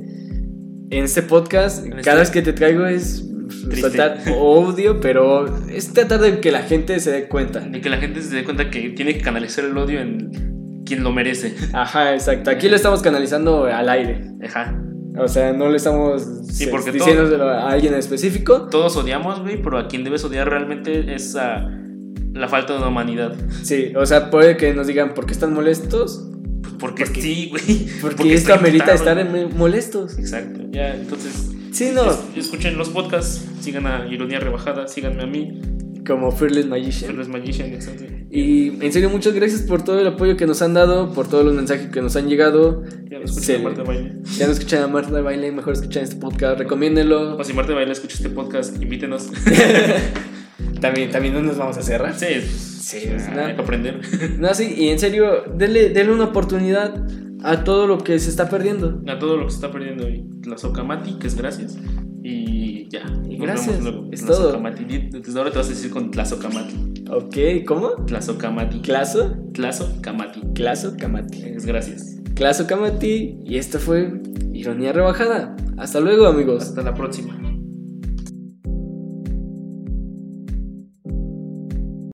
en este podcast.
este-
Cada vez que te traigo es
Triste.
soltar odio, pero es tratar de que la gente se dé cuenta.
De que la gente se dé cuenta que tiene que canalizar el odio en quien lo merece.
Ajá, exacto. Aquí lo estamos canalizando al aire.
Ajá.
O sea, no le estamos
Sí,
eh,
porque todo-
diciéndoselo a alguien en específico.
Todos odiamos, güey, pero a quien debes odiar realmente es a la falta de humanidad.
Sí, o sea, puede que nos digan por qué están molestos.
Pues Porque, sí, güey.
Porque,
estoy
esto amerita
irritado.
estar en- molestos.
Exacto, ya, entonces.
Sí, no.
es- escuchen los podcasts, sigan a Ironía Rebajada, síganme a mí,
Como Fearless Magician.
Fearless Magician, exacto.
Y en serio, muchas gracias por todo el apoyo que nos han dado, por todos los mensajes que nos han llegado.
Ya lo escuché
Se-
de Marta de Baile.
Ya no escuchan a Marta de Baile, mejor escuchan este podcast, recomiéndenlo.
O si Marta de Baile escucha este podcast, invítenos. sí,
También, también no nos vamos a cerrar.
sí,
pues, nada.
hay que aprender.
No, sí, y en serio, denle, denle una oportunidad a todo lo que se está perdiendo.
A todo lo que se está perdiendo hoy. La Socamati, que es gracias. Y ya. Y nos
Gracias,
vemos luego.
es
La
todo.
Socamati. Di- Desde ahora te vas a decir con Tlazocamati.
Ok, ¿cómo?
Tlazocamati.
Claso,
Tlazocamati.
claso, camati.
Es gracias.
Claso, camati, y esto fue Ironía Rebajada. Hasta luego, amigos.
Hasta la próxima.